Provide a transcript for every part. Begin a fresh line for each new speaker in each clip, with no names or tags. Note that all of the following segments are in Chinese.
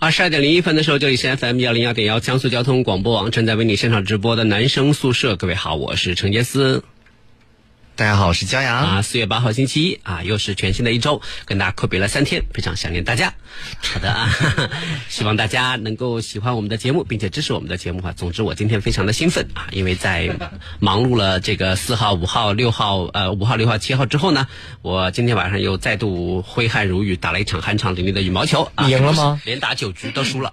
二啊十二点零一分的时候，这里是 FM 幺零幺点幺江苏交通广播网正在为你现场直播的男生宿舍。各位好，我是陈杰斯。
大家好，我是骄阳
啊。四月八号星期一啊，又是全新的一周，跟大家阔别了三天，非常想念大家。好 的啊，希望大家能够喜欢我们的节目，并且支持我们的节目哈、啊。总之，我今天非常的兴奋啊，因为在忙碌了这个四号、五号、六号呃五号、六号、七号之后呢，我今天晚上又再度挥汗如雨，打了一场酣畅淋漓的羽毛球。
啊、你赢了吗？
连打九局都输了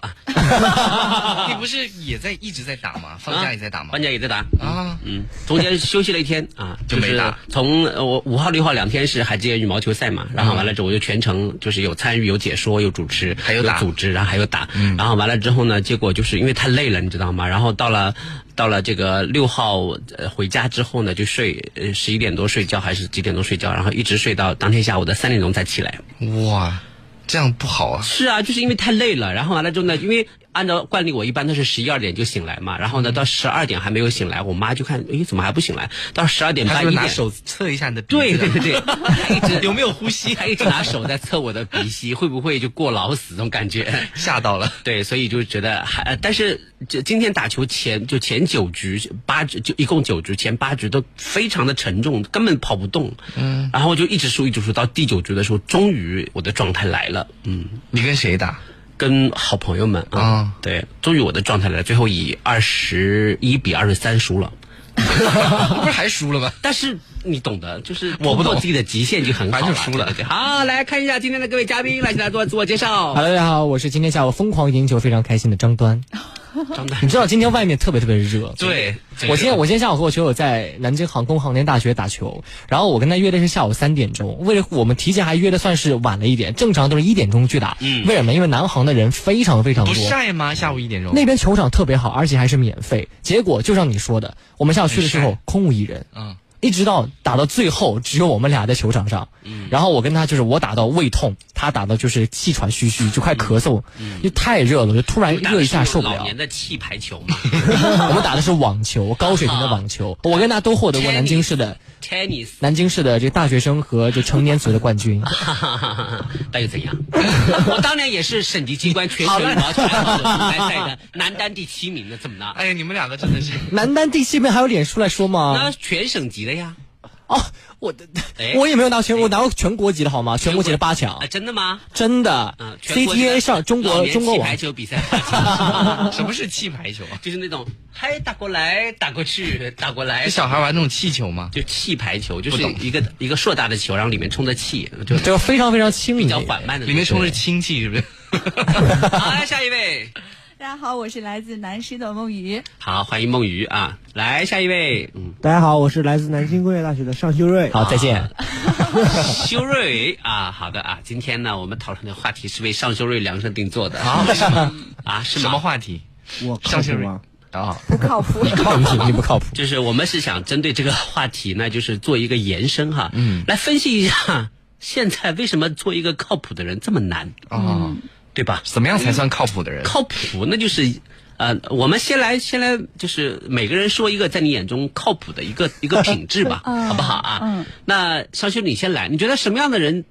啊！
你不是也在一直在打吗？放假也在打吗？
放假也在打
啊，
嗯，中间休息了一 天啊，
就没打。
从我五号、六号两天是海之眼羽毛球赛嘛，然后完了之后我就全程就是有参与、有解说、有主持、
还有
组织，然后还有打，嗯、然后完了之后呢，结果就是因为太累了，你知道吗？然后到了到了这个六号呃回家之后呢，就睡呃十一点多睡觉还是几点钟睡觉，然后一直睡到当天下午的三点钟才起来。
哇，这样不好啊！
是啊，就是因为太累了，然后完了之后呢，因为。按照惯例，我一般都是十一二点就醒来嘛，然后呢，到十二点还没有醒来，我妈就看，哎，怎么还不醒来？到十二点半一点，
拿手测一下你的
鼻对对对 对，她一直
有没有呼吸？
她 一直拿手在测我的鼻息，会不会就过劳死这种感觉？
吓到了。
对，所以就觉得还，呃但是这今天打球前就前九局八局就一共九局，前八局都非常的沉重，根本跑不动。嗯，然后就一直输一直输，到第九局的时候，终于我的状态来了。嗯，
你跟谁打？
跟好朋友们啊，哦、对，终于我的状态来了，最后以二十一比二十三输了，
不是还输了吗？
但是你懂得，就是
我不懂
自己的极限就很好了，
就输了
对对。好，来看一下今天的各位嘉宾，来，请大家做自我介绍。
Hello，大家好，我是今天下午疯狂赢球非常开心的张端。
张端，
你知道今天外面特别特别热，
对。对
我今天我今天下午和我球友在南京航空航天大学打球，然后我跟他约的是下午三点钟，为了我们提前还约的算是晚了一点，正常都是一点钟去打。
嗯，
为什么？因为南航的人非常非常多。
不晒吗？下午一点钟
那边球场特别好，而且还是免费。结果就像你说的，我们下午去的时候空无一人。
嗯。
一直到打到最后，只有我们俩在球场上。
嗯，
然后我跟他就是我打到胃痛，他打到就是气喘吁吁，就快咳嗽，
嗯嗯、
就太热了，就突然热一下受不了。
老年的气排球 嘛，
我们打的是网球，高水平的网
啊
球。我跟他都获得过南京市 的
tennis，
南京市的这大学生和就成年组的 冠军。
那又怎样？我当年也是省级机关全省羽毛球比赛的男单第七名的，怎么了？
哎呀，你们两个真的是
男单第七名还有脸出来说吗？
那哎全省级的。呀，
哦，我的，我也没有拿全，我拿过全国级的好吗？全国级的八强，
啊真的吗？
真的，CTA
嗯呃
上中国中国
网排球比赛，
什么是气排球啊？
就是那种嗨打过来打过去打过来，
哎小孩玩那种气球吗？
就气排球，就是一个一个硕大的球，然后里面充着气，就
就非常非常轻，
比较缓慢的，
里面充着氢气，是不是？
好，来下一位，
大家好，我是来自南师的梦雨，
好，欢迎梦雨啊。来下一位，嗯，啊
大家好，我是来自南京工业大学的尚啊修睿。
好，再见。
修睿啊，好的啊，今天呢，我们讨论的话题是为尚修睿量身定做的
啊？为什么
啊？是
什么话 题？
我
尚修睿
吗？
啊，
不靠 谱，
靠谱你不靠谱。
就是我们是想针对这个话题呢，就是做一个延伸哈，
嗯，
来分析一下现在为什么做一个靠谱的人这么难
啊？
对吧？
怎么样才算靠谱的人？
靠谱那就是。呃，我们先来，先来，就是每个人说一个在你眼中靠谱的一个一个品质吧，好不好啊？
嗯。
那肖修，你先来，你觉得什么样的人，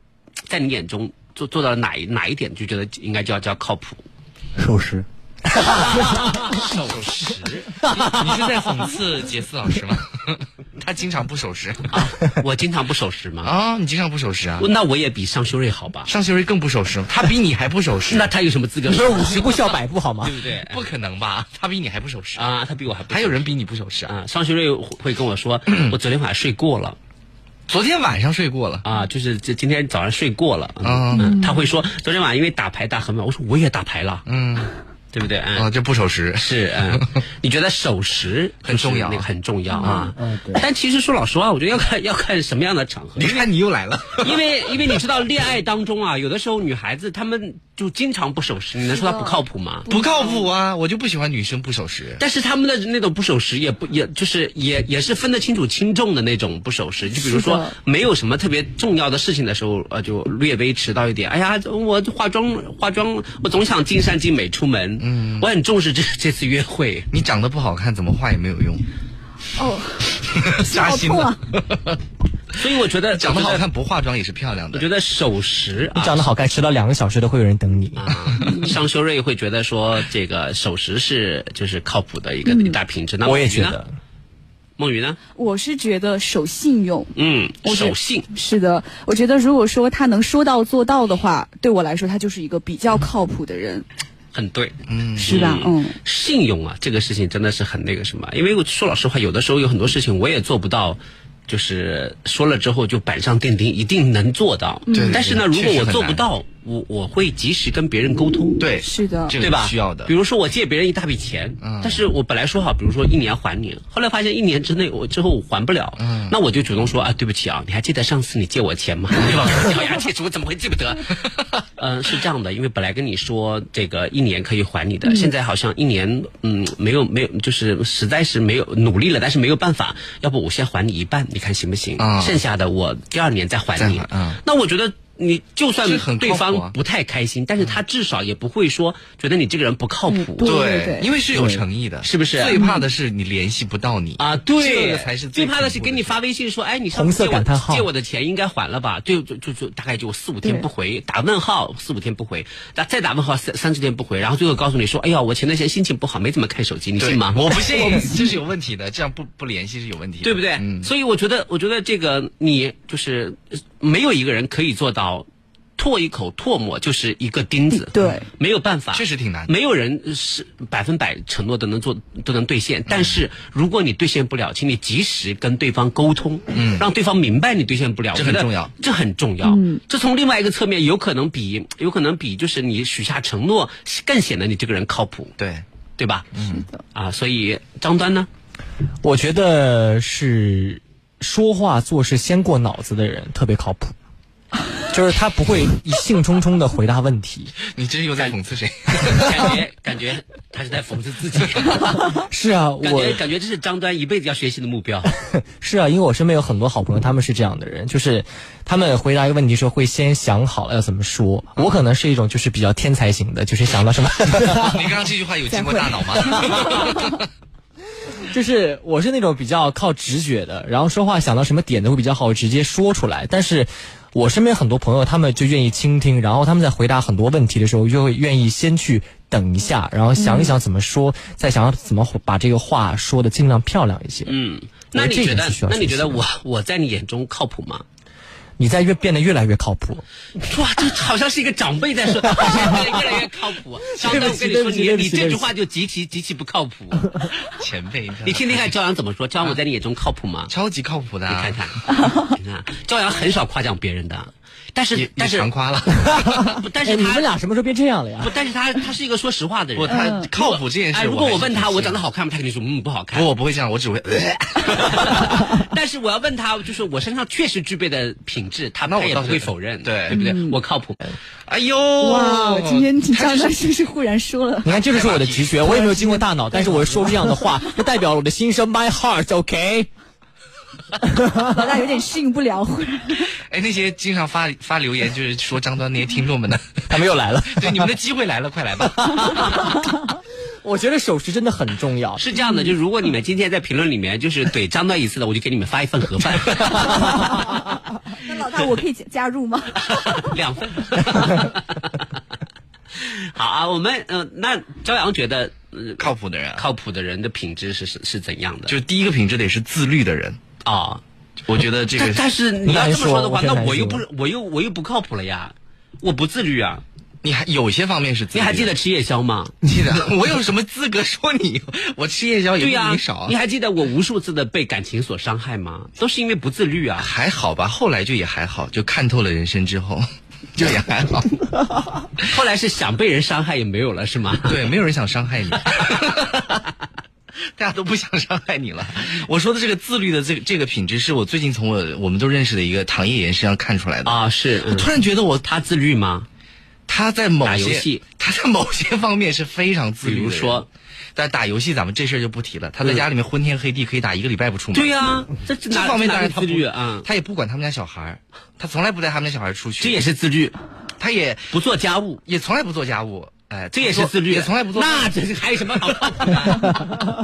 在你眼中做做到了哪一哪一点，就觉得应该叫叫靠谱？
守时。
守时？你是在 讽刺杰斯老师吗？ 他经常不守时
啊！我经常不守时吗？
啊，你经常不守时啊？
那我也比尚修睿好吧？
尚修睿更不守时，他比你还不守 时。
那他有什么资格？
你说五十步笑百步好吗？
对不对？
不可能吧？他比你还不守时
啊？他比我还
还有人比你不守时
啊？尚修睿会跟 我说，我昨天晚上睡过了，
昨天晚上睡过了
啊，就是这今天早上睡过了嗯
啊。
他会说昨天晚上因为打牌打很晚，我说我也打牌了，
嗯。
对不对？嗯，
啊，这不守时。
是，嗯，你觉得守时
很重要
就是那个很重要啊。
嗯对
但其实说老实话，我觉得要看要看什么样 的场合
你，看你又来了，
因为因为你知道恋爱当中啊，有的时候女孩子她们就经常不守时，你能说她不靠谱吗？
不靠谱啊！我就不喜欢女生不守时。
但是她们的那种不守时，也不也就是也也是分得清楚轻重的那种不守时。就比如
是
说
的
没有什么特别重要的事情的时候，呃，就略微迟到一点。哎呀，我化妆化妆，我总想尽善尽美出门。嗯，我很重视这 这次约会。
你长得不好看，怎么画也没有用，
哦，
扎
好
心
痛啊
了。！
所以我觉得
长得好
我觉得
看不化妆也是漂亮
我
的
觉。得守时
你
啊。
长得好看，迟到两个小时都会有人等你。
啊，商修睿会觉得说这个守时是就是靠谱的一个、一大品质。那
我也
孟
觉
云呢
得，
孟云呢？
我是觉得守信用。
嗯，
我觉得
守信。
是的，我觉得如果说他能说到做到的话，对我来说他就是一个比较靠谱的人，
很对，
是吧？嗯，
信用啊，这个事情真的是很那个什么，因为我说老实话，有的时候有很多事情我也做不到，就是说了之后就板上钉钉，一定能做到。
嗯对
但是呢，如
确实
果我
很
做不
难
到，我我会及时跟别人沟通。
对，
是的
这
嗯对
个
吧？
需要的嗯
比。如说我借别人一大笔钱，但是我本来说好，比如说一年还你，后来发现一年之内我之后我还不了，
嗯
那我就主动说啊，对不起啊，你还记得上次你借我钱 吗？对吧？我咬牙切齿，我怎么会记不得？嗯、是这样的，因为本来跟你说这个一年可以还你的，
嗯
现在好像一年嗯没有没有，就是实在是没有努力了，但是没有办法，要不我先还你一半，你看行不行？
啊
剩下的我第二年再还
再
你。
还嗯
那我觉得。你就算
这很靠
对
谱啊
方不太开心，但是他至少也不会说觉得你这个人不靠谱。
对对对
因为是有诚意的，
是不是
最怕的是你联系不到你
啊，对，
这个才是
最怕的是
恐怖
给你发微信说，哎，你上
红
次
色
借我
感叹号
借我的钱应该还了吧？就就就就大概就四五天
对
不回，打问号四五天不回，打再打问号三三四天不回，然后最后告诉你说，哎呀，我前段时间心情不好，没怎么看手机，你
对
信吗？
我不信，这是有问题的，这样不不联系是有问题的，
对不对？
嗯，
所以我觉得，我觉得这个你就是呃没有一个人可以做到。唾一口唾沫就是一个钉子，
对，
没有办法，
确实挺难的
没有人是百分百承诺都能做都能兑现，但是如果你兑现不了，请你及时跟对方沟通，嗯，让对方明白你兑现不了，
这
我觉得
很重要，
这很重要。这从另外一个侧面有可能比有可能比就是你许下承诺更显得你这个人靠谱，
对，
对吧？嗯，啊，所以张端呢？
我觉得是说话做事先过脑子的人特别靠谱，就是他不会一兴冲冲的回答问题。
你这是又在讽 刺谁？
感觉感觉他是在讽刺自己，
是啊，我
感觉感觉这是张端一辈子要学习的目标。
是啊，因为我身边有很多好朋友，他们是这样的人，就是他们回答一个问题的时候会先想好了要怎么说。我可能是一种就是比较天才型的，就是想到什么，
你刚刚这句话有经过大脑吗？
就是我是那种比较靠直觉的，然后说话想到什么点子会比较好直接说出来。但是我身边很多朋友，他们就愿意倾听，然后他们在回答很多问题的时候，就会愿意先去等一下，然后想一想怎么说，
嗯
再想想怎么把这个话说的尽量漂亮一些。嗯，
那你觉得？那你觉得
我
我我在你眼中靠谱吗？
你在越变得越来越靠谱？
哇，这好像是一个长 辈在说，越来越靠谱。啊张端，我跟你说，你你这句话就极其极其不靠谱。
前辈，你
你
听
听听看，朝阳怎么说？朝阳，我在你眼中靠谱吗？
超级靠谱的
你
啊，
看看，你看，朝阳很少夸奖别人的，但
也
是但
也
是
常夸了，
不 但
哎，
是
你们
他
俩什么时候变这样了呀
不，？但是他他是一个说实话的人。
我他靠谱这件
哎，
事，
如果我
我还是
问他
挺
我
信
长得好看吗？他肯定说嗯不好看。
不，我不会这样，我只会。呃
但是我要问他，就是我身上确实具备的品质，他
那
他
我
也
倒
不
是
会否认，
对嗯
对不对？我靠谱，
哎呦，
哇，今天
他
张
是
丹是不是忽然说了？
你看，这就是我的直觉，我也没有经过大脑，但是我说出这样的 话，就代表了我的心声，My heart，OK？、
老大有点适应不了，忽然
哎，那些经常发发留言就是说张端那些听众们呢，
他们又来了。
对，你们的机会来了，快来吧！
我觉得守时真的很重要。
是这样的。就如果你们今天在评论里面就是怼张段一次的，我就给你们发一份盒饭，
那老大我可以加加入吗？
两份。 好啊，我们嗯、呃那朝阳觉得、呃
靠谱的人啊，
靠谱的人的品质是是是怎样的？
就是第一个品质得是自律的人，
啊。
我觉得这
但
个
但是你要这么说的话，
你
那
还说
我又
我
不
觉
是我又我又不靠谱了呀，我不自律啊！
你还有些方面是自律
你
的
还记得吃夜宵吗？
记得， 我有什么资格说你？我吃夜宵也
对
比
呀、
你少啊
你，还记得我无数次的被感情 所伤害吗？都是因为不自律啊！
还好吧？后来就也还好，就看透了人生之后，这也还好。
后来是想被人伤害也没有了，是吗？
对，没有人想伤害你， 大家都不想伤害你了。我说的这个自律的这个这个品质，是我最近从我我们都认识的一个唐艺妍身上看出来的。
啊，是。
我
嗯
突然觉得我
他自律吗？
他在某
打游
些
戏
他在某些方面是非常自律的人
比如说，
但打游戏咱们这事儿就不提了。他在家里面昏天黑地，可以打一个礼拜不出门。
对、呀，这这
这
哪
方面
这
当
哪是
然他
自
不嗯
律啊？
他也不管他们家小孩儿，他从来不带他们家小孩儿出去。
这也是自律，
他也
不做家务，
也从来不做家务，哎，
这也是自律，
也从来不做。
那这是还有什么好看的？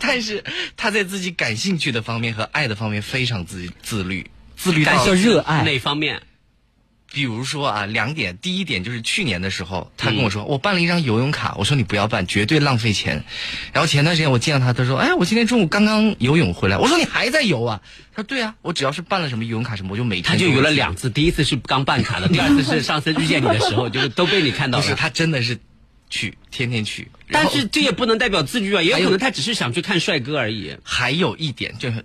但是他在自己感兴趣的方面和爱的方面非常自自律，自律到
感。兴趣热爱
哪方面？
比如说啊，两点，第一点就是去年的时候，他
嗯
跟我说、我办了一张游泳卡，我说你不要办，绝对浪费钱。然后前段时间我见到他，他说，哎，我今天中午刚刚游泳回来，我说你还在游啊？他说对啊，我只要是办了什么游泳卡什么，我就每天
他就
都
有了
去
两次，第一次是刚办卡的，第二次是上次遇见你的时候，就是都被你看到
不是
了。
他真的是去天天去，然
但
后
是这也不能代表自律啊，也
还
有
有
可能他只是想去看帅哥而已。
还有一点就是，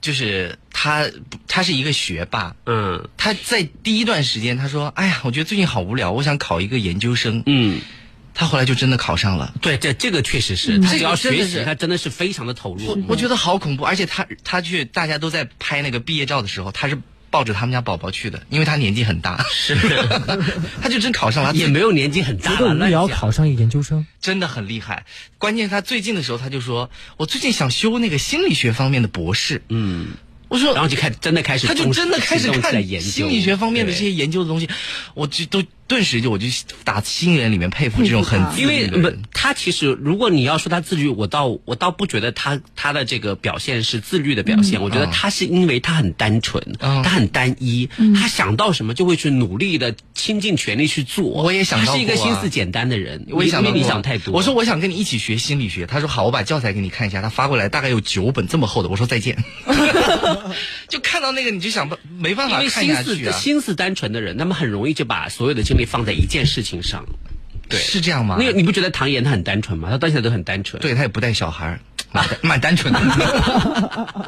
就是他不他是一个学霸，
嗯
他在第一段时间，他说：“哎呀，我觉得最近好无聊，我想考一个研究生。
嗯，”
他后来就真的考上了。
对，这这个确实是，他只要
嗯这个真
学
的
习，
是
他真的是非常的投
我
入。
我觉得好恐怖，而且他他去大家都在拍那个毕业照的时候，他是抱着他们家宝宝去的，因为他年纪很大，是， 他就真考上了，他
也没有年纪很大
觉
了，
得无
乱
聊
讲
考上一个研究生，
真的很厉害。关键是他最近的时候，他就说：“我最近想修那个心理学方面的博士。”嗯，我说，
然后就开真的开始
他
动，
就真的开始
行动起来
看
研究
心理学方面的这些研究的东西，我就都顿时就我就打心眼里面佩服这种很
佩服他
自
因为
律的人
不，他其实如果你要说他自律，我倒我倒不觉得他他的这个表现是自律的表现，我觉得他是因为他很单纯，
嗯
他很单一，他想到什么就会去努力的倾尽全力去做。
我也想到
他是一个
过啊
心思简单的人，
我也想
没
到
你
过
想太多。
我说我想跟你一起学心理学，他说好，我把教材给你看一下。他发过来大概有九本这么厚的，我说再 见。就看到那个你就想不没办
因
法
为
看
心
下
思
去啊，
心思单纯的人，他们很容易就把所有的精力放在一件事情上。对
是这样吗？
那个你不觉得唐岩他很单纯吗？他到现在都很单纯。
对他也不带小孩儿，蛮单蛮单纯的。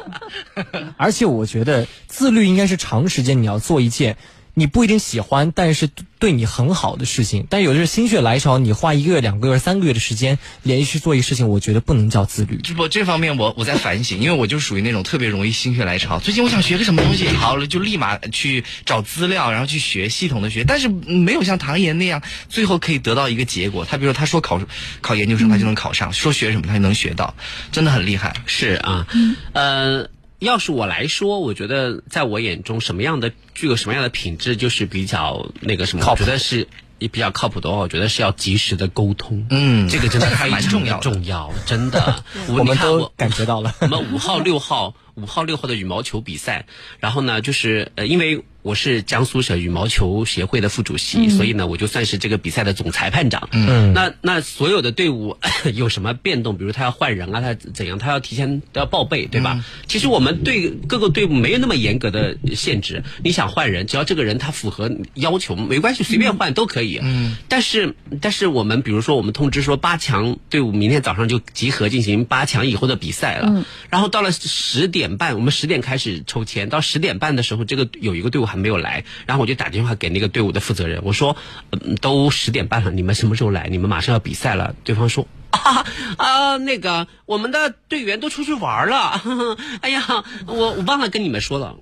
而且我觉得自律应该是长时间你要做一件你不一定喜欢，但是对你很好的事情。但有的是心血来潮，你花一个月、两个月、三个月的时间连续做一个事情，我觉得不能叫自律。
这不这方面我我在反省，因为我就属于那种特别容易心血来潮。最近我想学个什么东西，好了就立马去找资料，然后去学系统的学，但是没有像唐岩那样最后可以得到一个结果。他比如说他说考考研究生他就能考上，说学什么他就能学到，真的很厉害。
是啊，呃，要是我来说，我觉得在我眼中，什么样的具有什么样的品质，就是比较那个什么，我觉得是也比较靠谱的话，我觉得是要及时的沟通。
嗯
这个真的
这个还
非
蛮
常
重
的
要的
重要，真的。我
我
你
们
看
都
我
感觉到了。
我们五号、六号、五号、六号的羽毛球比赛，然后呢，就是呃，因为我是江苏省羽毛球协会的副主席，所以呢，我就算是这个比赛的总裁判长。嗯，那那所有的队伍 有什么变动，比如他要换人啊，他怎样，他要提前都要报备，对吧？其实我们对各个队伍没有那么严格的限制，你想换人，只要这个人他符合要求，没关系，随便换都可以。嗯，但是但是我们比如说我们通知说八强队伍明天早上就集合进行八强以后的比赛了，然后到了十点半，我们十点开始抽签，到十点半的时候，这个有一个队伍还没有来，然后我就打电话给那个队伍的负责人，我说，嗯、都十点半了，你们什么时候来？你们马上要比赛了。对方说。 啊啊，那个，我们的队员都出去玩了。 呵呵哎呀，我我忘了跟你们说了，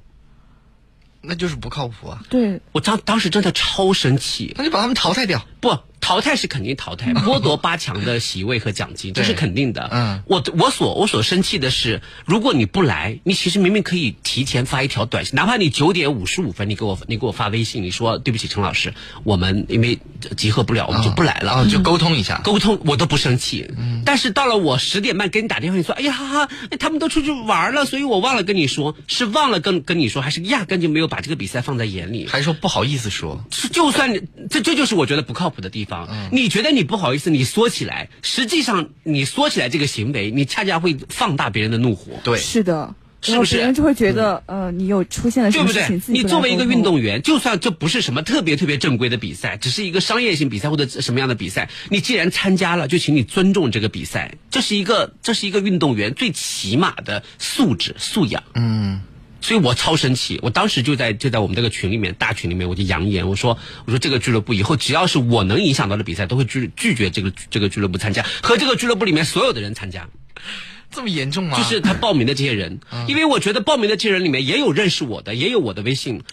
那就是不靠谱啊！
对，
我当当时真的超生气，
那就把他们淘汰掉。
不淘汰是肯定 淘汰，剥夺八强的席位和奖金，这
对
是肯定的。
嗯，
我我所我所生气的是，如果你不来，你其实明明可以提前发一条短信，哪怕你九点五十五分，你给我你给我发微信，你说对不起，陈老师，我们因为集合不了，我们就不来了。
啊，就沟通一下。
沟通我都不生气，
嗯
但是到了我十点半给你打电话，你说哎呀哈哈，他们都出去玩了，所以我忘了跟你说，是忘了跟跟你说，还是压根就没有把这个比赛放在眼里？
还说不好意思说，
是就算你这这就是我觉得不靠谱的地方。你觉得你不好意思，你缩起来，实际上你缩起来这个行为，你恰恰会放大别人的怒火。
对，
是的，
是不
然后
是
别人就会觉得，呃，你有出现了什
对
么
不
事情
对？，
自己
你
不
作
来
为一个
沟
运
通
动员，就算这不是什么特别特别正规的比赛，只是一个商业性比赛或者什么样的比赛，你既然参加了，就请你尊重这个比赛，这是一个这是一个运动员最起码的素质素养。嗯，所以我超生气，我当时就在就在我们这个群里面大群里面，我就扬言，我说我说这个俱乐部以后只要是我能影响到的比赛，都会拒拒绝这个这个俱乐部参加和这个俱乐部里面所有的人参加，
这么严重吗？
就是他报名的这些人，
啊
因为我觉得报名的这些人里面也有认识我的，也有我的微信，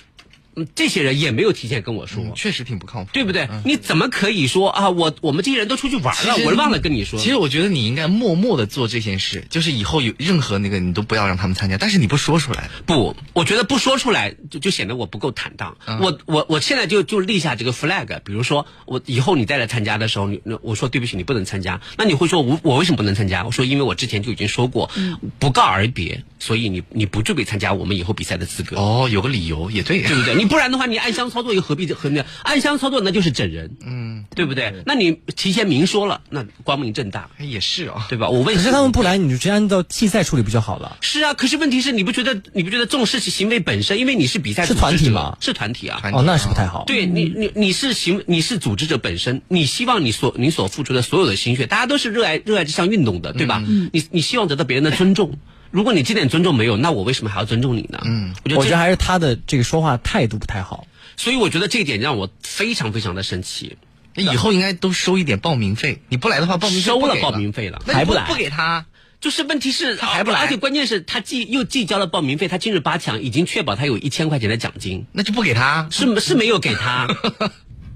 嗯，这些人也没有提前跟我说。
嗯确实挺不靠谱，
对不对？你怎么可以说啊？我我们这些人都出去玩了
其，实
我忘了跟你说。
其实我觉得你应该默默的做这件事，就是以后有任何那个你都不要让他们参加，但是你不说出来，
不，我觉得不说出来就就显得我不够坦荡。
嗯
我我我现在就就立下这个 flag，比如说我以后你再来参加的时候，你那我说对不起，你不能参加，那你会说我我为什么不能参加？我说因为我之前就已经说过，
嗯
不告而别，所以你你不具备参加我们以后比赛的资格。
哦，有个理由也对，
对不对？你不然的话，你暗箱操作又何必何必？暗箱操作那就是整人，嗯，对不对？那你提前明说了，那光明正大，
也是哦。
对吧？我问，
可是他们不来，你就直接按照季赛处理不就好了？
是啊，可是问题是你不觉得你不觉得这种事情行为本身，因为你是比赛
是
组织
团体
者
吗
是团体啊，
团
哦，那是不太好。
对你你你是行你是组织者本身，你希望你所你所付出的所有的心血，大家都是热爱热爱这项运动的，
嗯
对吧？你你希望得到别人的尊重，如果你这点尊重没有，那我为什么还要尊重你呢？嗯，我觉得
我觉
这
得还是他的这个说话态度不太好。
所以我觉得这一点让我非常非常的生气。
以后应该都收一点报名费，你不来的话，报名费
收
不
了
给
报名费了
那你
还不来
不给他，
就是问题是他
还不来
而且关键是他既又既交了报名费，他进入八强已经确保他有一千块钱的奖金，
那就不给他，
是是没有给他，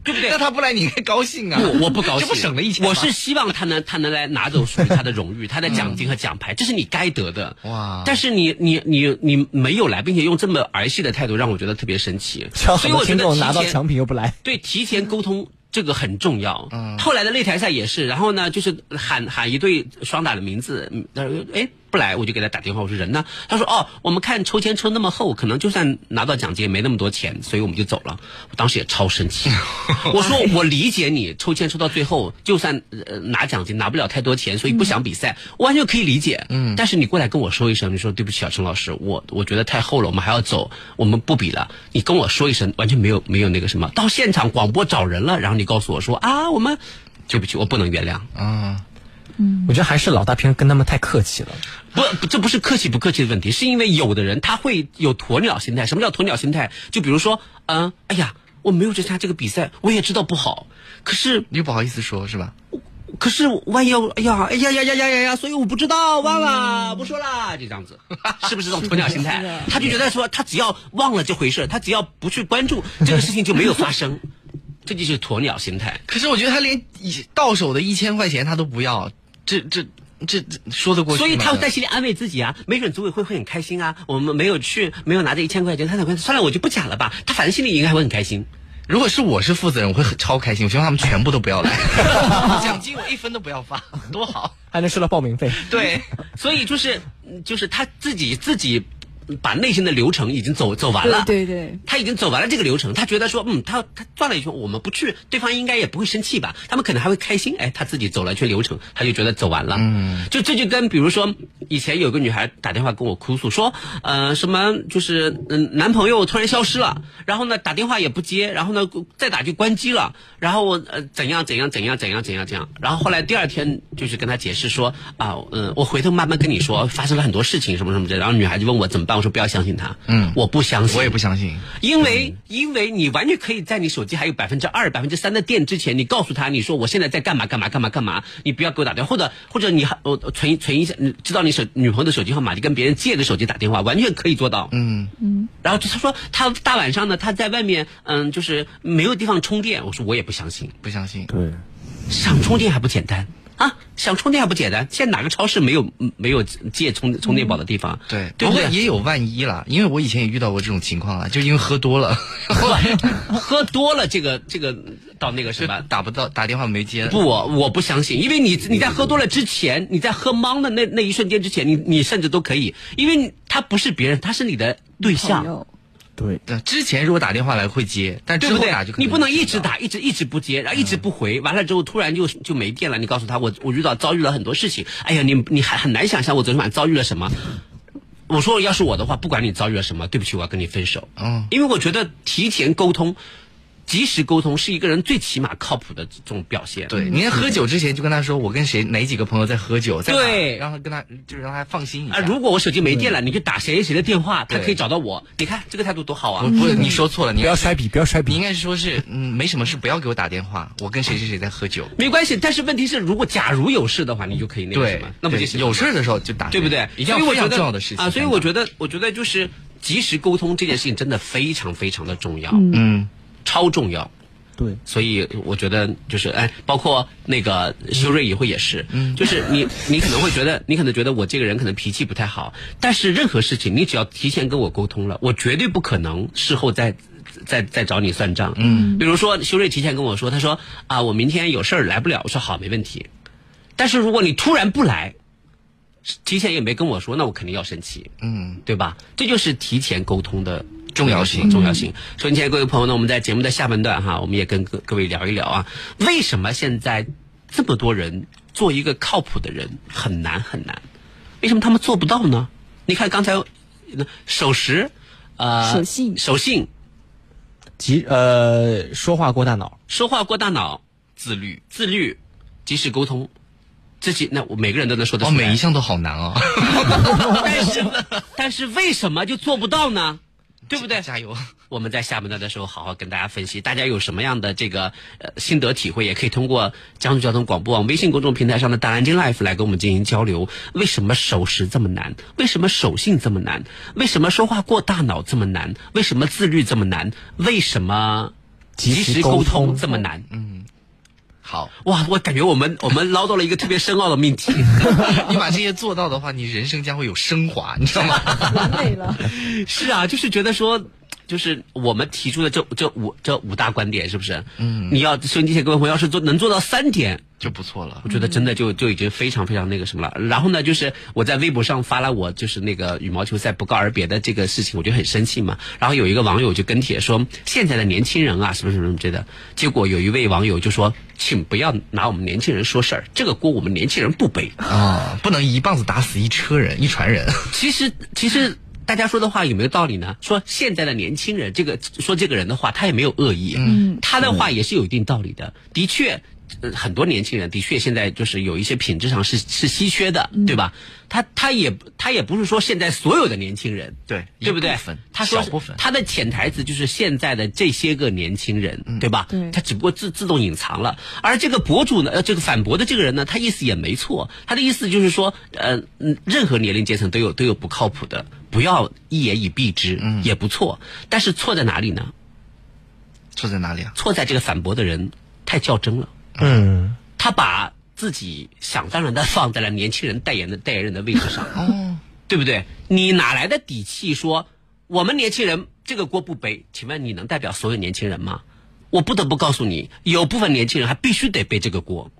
对不对
那？他不来你应该高兴啊！
不，我不高兴，
这不省了一千吗
我是希望他能他能来拿走属于他的荣誉、他的奖金和奖牌，这是你该得的。
哇
但是你你你你没有来，并且用这么儿戏的态度，让我觉得特别生气。所
像很
以我
多
觉
听
得
众拿到
提前
奖品又不来，
对，提前沟通这个很重要。后来的擂台赛也是，然后呢，就是喊喊一对双打的名字，嗯他说哎不来，我就给他打电话，我说人呢？他说哦，我们看抽签抽那么厚，可能就算拿到奖金也没那么多钱，所以我们就走了。我当时也超生气，我说我理解你，抽签抽到最后，就算、呃、拿奖金拿不了太多钱，所以不想比赛，我完全可以理解。嗯，但是你过来跟我说一声，你说对不起啊，陈老师，我我觉得太厚了，我们还要走，我们不比了。你跟我说一声，完全没有没有那个什么，到现场广播找人了，然后你告诉我说啊，我们对不起，我不能原谅。
啊，
我觉得还是老大平时跟他们太客气了。
不，不这不是客气不客气的问题，是因为有的人他会有鸵鸟心态。什么叫鸵鸟心态？就比如说，嗯、哎呀，我没有去参加这个比赛，我也知道不好，可是
你又不好意思说是吧？
可是万一要哎呀哎呀呀呀呀呀呀，所以我不知道，忘了，不说啦，就这样子， 是不是这种鸵鸟心
嗯 是的
态？他就觉得说，他只要忘了这回事，他只要不去关注这个事情就没有发生， 这就是鸵鸟心态。
可是我觉得他连一到手的一千块钱他都不要，这这这这说得过去
所
吗
以他在心里安慰自己啊，没准组委会会很开心啊，我们没有去，没有拿这一千块钱、三百块钱，算了，我就不讲了吧。他反正心里应该会很开心。
如果是我是负责人，我会很超开心，我希望他们全部都不要 来，奖金我一分都不要发， 多好。
还能收到报名费，
对，
所以就是嗯就是他自己自己把内心的流程已经走走完了。
对对对
他已经走完了这个流程，他觉得说，嗯，他他转了一圈，我们不去，对方应该也不会生气吧？他们可能还会开心。哎，他自己走了一圈流程，他就觉得走完了。嗯，就这就跟比如说，以前有个女孩打电话跟我哭诉说，呃，什么就是嗯、男朋友突然消失了，然后呢打电话也不接，然后呢再打就关机了，然后我呃怎样怎样怎样怎样怎样怎样，然后后来第二天就是跟他解释说啊，嗯、我回头慢慢跟你说，发生了很多事情什么什么的，然后女孩就问我怎么办，我说不要相信他，嗯，我不相信，
我也不相信。
因为因为你完全可以在你手机还有百分之二、百分之三的电之前，你告诉他，你说我现在在干嘛干嘛干嘛干嘛，你不要给我打电话，或者或者你还我我存一存一下，你知道你手女朋友的手机号码，你跟别人借个手机打电话，完全可以做到。嗯嗯。然后就他说他大晚上呢，他在外面，嗯，就是没有地方充电。我说我也不相信，
不相信，
对，
想充电还不简单啊？想充电还不简单？现在哪个超市没有没有借充充电宝的地方？
嗯对，
对
不
不对
过？也有万一啦，因为我以前也遇到过这种情况啊，就因为喝多了，
喝多了这个这个到那个什
就
么。
打不到，打电话没接。
不，我我不相信，因为你你在喝多了之前，你在喝懵的那那一瞬间之前，你你甚至都可以，因为你他不是别人，他是你的对
朋
象，
友，
对，
对，呃之前如果打电话来会接，但
对
之
不
后
对
打就可？能
你不能一直打，一直一直不接，然后一直不回，完了之后突然就就没电了，你告诉他我我遇到遭遇了很多事情，哎呀，你你还很难想象我昨天晚上遭遇了什么。我说要是我的话，不管你遭遇了什么，对不起，我要跟你分手。
嗯
因为我觉得提前沟通。及时沟通是一个人最起码靠谱的这种表现。
对，你在喝酒之前就跟他说，我跟谁哪几个朋友在喝酒，在哪
对
让他跟他就是让他放心一下。
啊，如果我手机没电了，你就打谁谁的电话，他
对
可以找到我。你看这个态度多好啊！
不是你说错了，你
不要摔笔，不要摔
你
笔
应。该是说是嗯，没什么事，不要给我打电话，我跟谁谁谁在喝酒。
没关系，但是问题是，如果假如有事的话，你就可以那个什
对
么，，那么
对
就是
有事儿的时候就打，
对不对？
一定要
所以我
非
觉
常
得
重要的事情
啊，所以我
得
觉得，我觉得就是及时沟通这件事情真的非常非常的重要，
嗯，
超重要。
对，
所以我觉得就是哎，包括那个修睿以后也是，就是你你可能会觉得，你可能觉得我这个人可能脾气不太好，但是任何事情你只要提前跟我沟通了，我绝对不可能事后再。再再找你算账，嗯，比如说修睿提前跟我说，他说啊，我明天有事儿来不了，我说好，没问题。但是如果你突然不来，提前也没跟我说，那我肯定要生气，
嗯，
对吧？这就是提前沟通的
重要性
重要性。所以，亲爱的各位朋友呢，我们在节目的下半段哈，我们也跟各各位聊一聊啊，为什么现在这么多人做一个靠谱的人很难很难？为什么他们做不到呢？你看刚才呃守时，呃，
守信
守信，
急呃，说话过大脑。
说话过大脑，
自律。
自律，及时沟通。这些那我每个人都能说得
哦，
出来，
每一项都好难哦，
但是但是为什么就做不到呢？对不对？
加油！
我们在下半段的时候好好跟大家分析，大家有什么样的这个呃心得体会，也可以通过江苏交通广播网微信公众平台上的大南京 Life 来跟我们进行交流。为什么守时这么难？为什么守信这么难？为什么说话过大脑这么难？为什么自律这么难？为什么
及时
时沟
沟通
这么难？嗯，
好，
哇，我感觉我们我们唠到了一个特别深奥的命题。
你把这些做到的话，你人生将会有升华，你知道吗？
完美了。
是啊，就是觉得说，就是我们提出的这这五这五大观点，是不是？嗯，你要收音机前各位朋友，要是做能做到三点，
就不错了
我。觉得真的就就已经非常非常那个什么了。然后呢，就是我在微博上发了我就是那个羽毛球赛不告而别的这个事情，我就很生气嘛。然后有一个网友就跟帖说，现在的年轻人啊，什么什么什么之类的。结果有一位网友就说，请不要拿我们年轻人说事儿，这个锅我们年轻人不背。
啊、不能一棒子打死一车人、一船人。
其实，其实大家说的话有没有道理呢？说现在的年轻人，这个说这个人的话，他也没有恶意，嗯，他的话也是有一定道理的。的确，呃很多年轻人的确现在就是有一些品质上是是稀缺的，对吧？他他也他也不是说现在所有的年轻人，
对
对不对
一部分？
他说是
小部分
他的潜台词就是现在的这些个年轻人，对吧？
对
他只不过自自动隐藏了。而这个博主呢，呃，这个反驳的这个人呢，他意思也没错，他的意思就是说，呃，嗯任何年龄阶层都有都有不靠谱的，不要一言以蔽之，也不错。但是错在哪里呢？
错在哪里啊？
错在这个反驳的人太较真了，
嗯，
他把自己想当然的放在了年轻人代言的代言人的位置上。
哦，
对不对？你哪来的底气说我们年轻人这个锅不背？请问你能代表所有年轻人吗？我不得不告诉你，有部分年轻人还必须得背这个锅，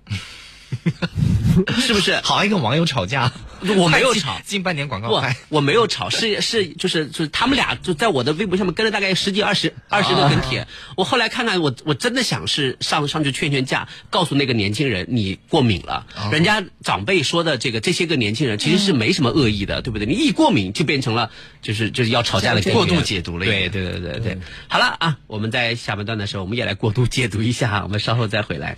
是不是？
好爱跟网友吵架，
我没有
快进
吵
进半年广告
不
牌。，
我没有吵，是是就是就是他们俩就在我的微博上面跟了大概十几二十二
啊
十个跟帖。我后来看看，我我真的想是上上去劝劝架，告诉那个年轻人你过敏了。
啊
人家长辈说的这个这些个年轻人其实是没什么恶意的，对不对？你一过敏就变成了就是就是要吵架的根源
过度解读了
对
已经嗯
对对对对。好了啊，我们在下半段的时候，我们也来过度解读一下啊，我们稍后再回来。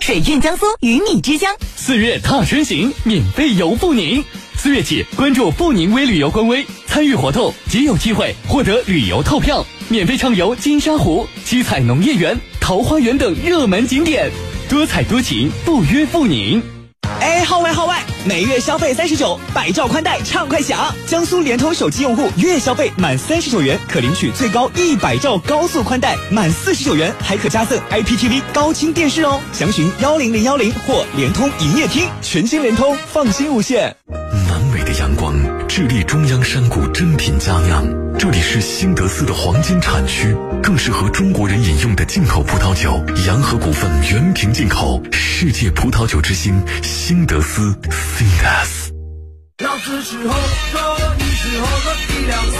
水郡江苏鱼米之乡，
四月踏春行，免费游步宁。四月起，关注步宁微旅游官微，参与活动即有机会获得旅游套票，免费畅游金沙湖、七彩农业园、桃花源等热门景点，多彩多情，不约不宁。
哎，号外号外！每月消费三十九，百兆宽带畅快享。江苏联通手机用户月消费满三十九元，可领取最高一百兆高速宽带；满四十九元还可加赠 IPTV 高清电视哦。详询幺零零幺零或联通营业厅。全新联通，放心无限。
南美的阳光，智利中央山谷珍品佳酿，这里是新德斯的黄金产区，更适合中国人饮用的进口葡萄酒。洋河股份原瓶进口，世界葡萄酒之星，新德斯 （Sindas）。
老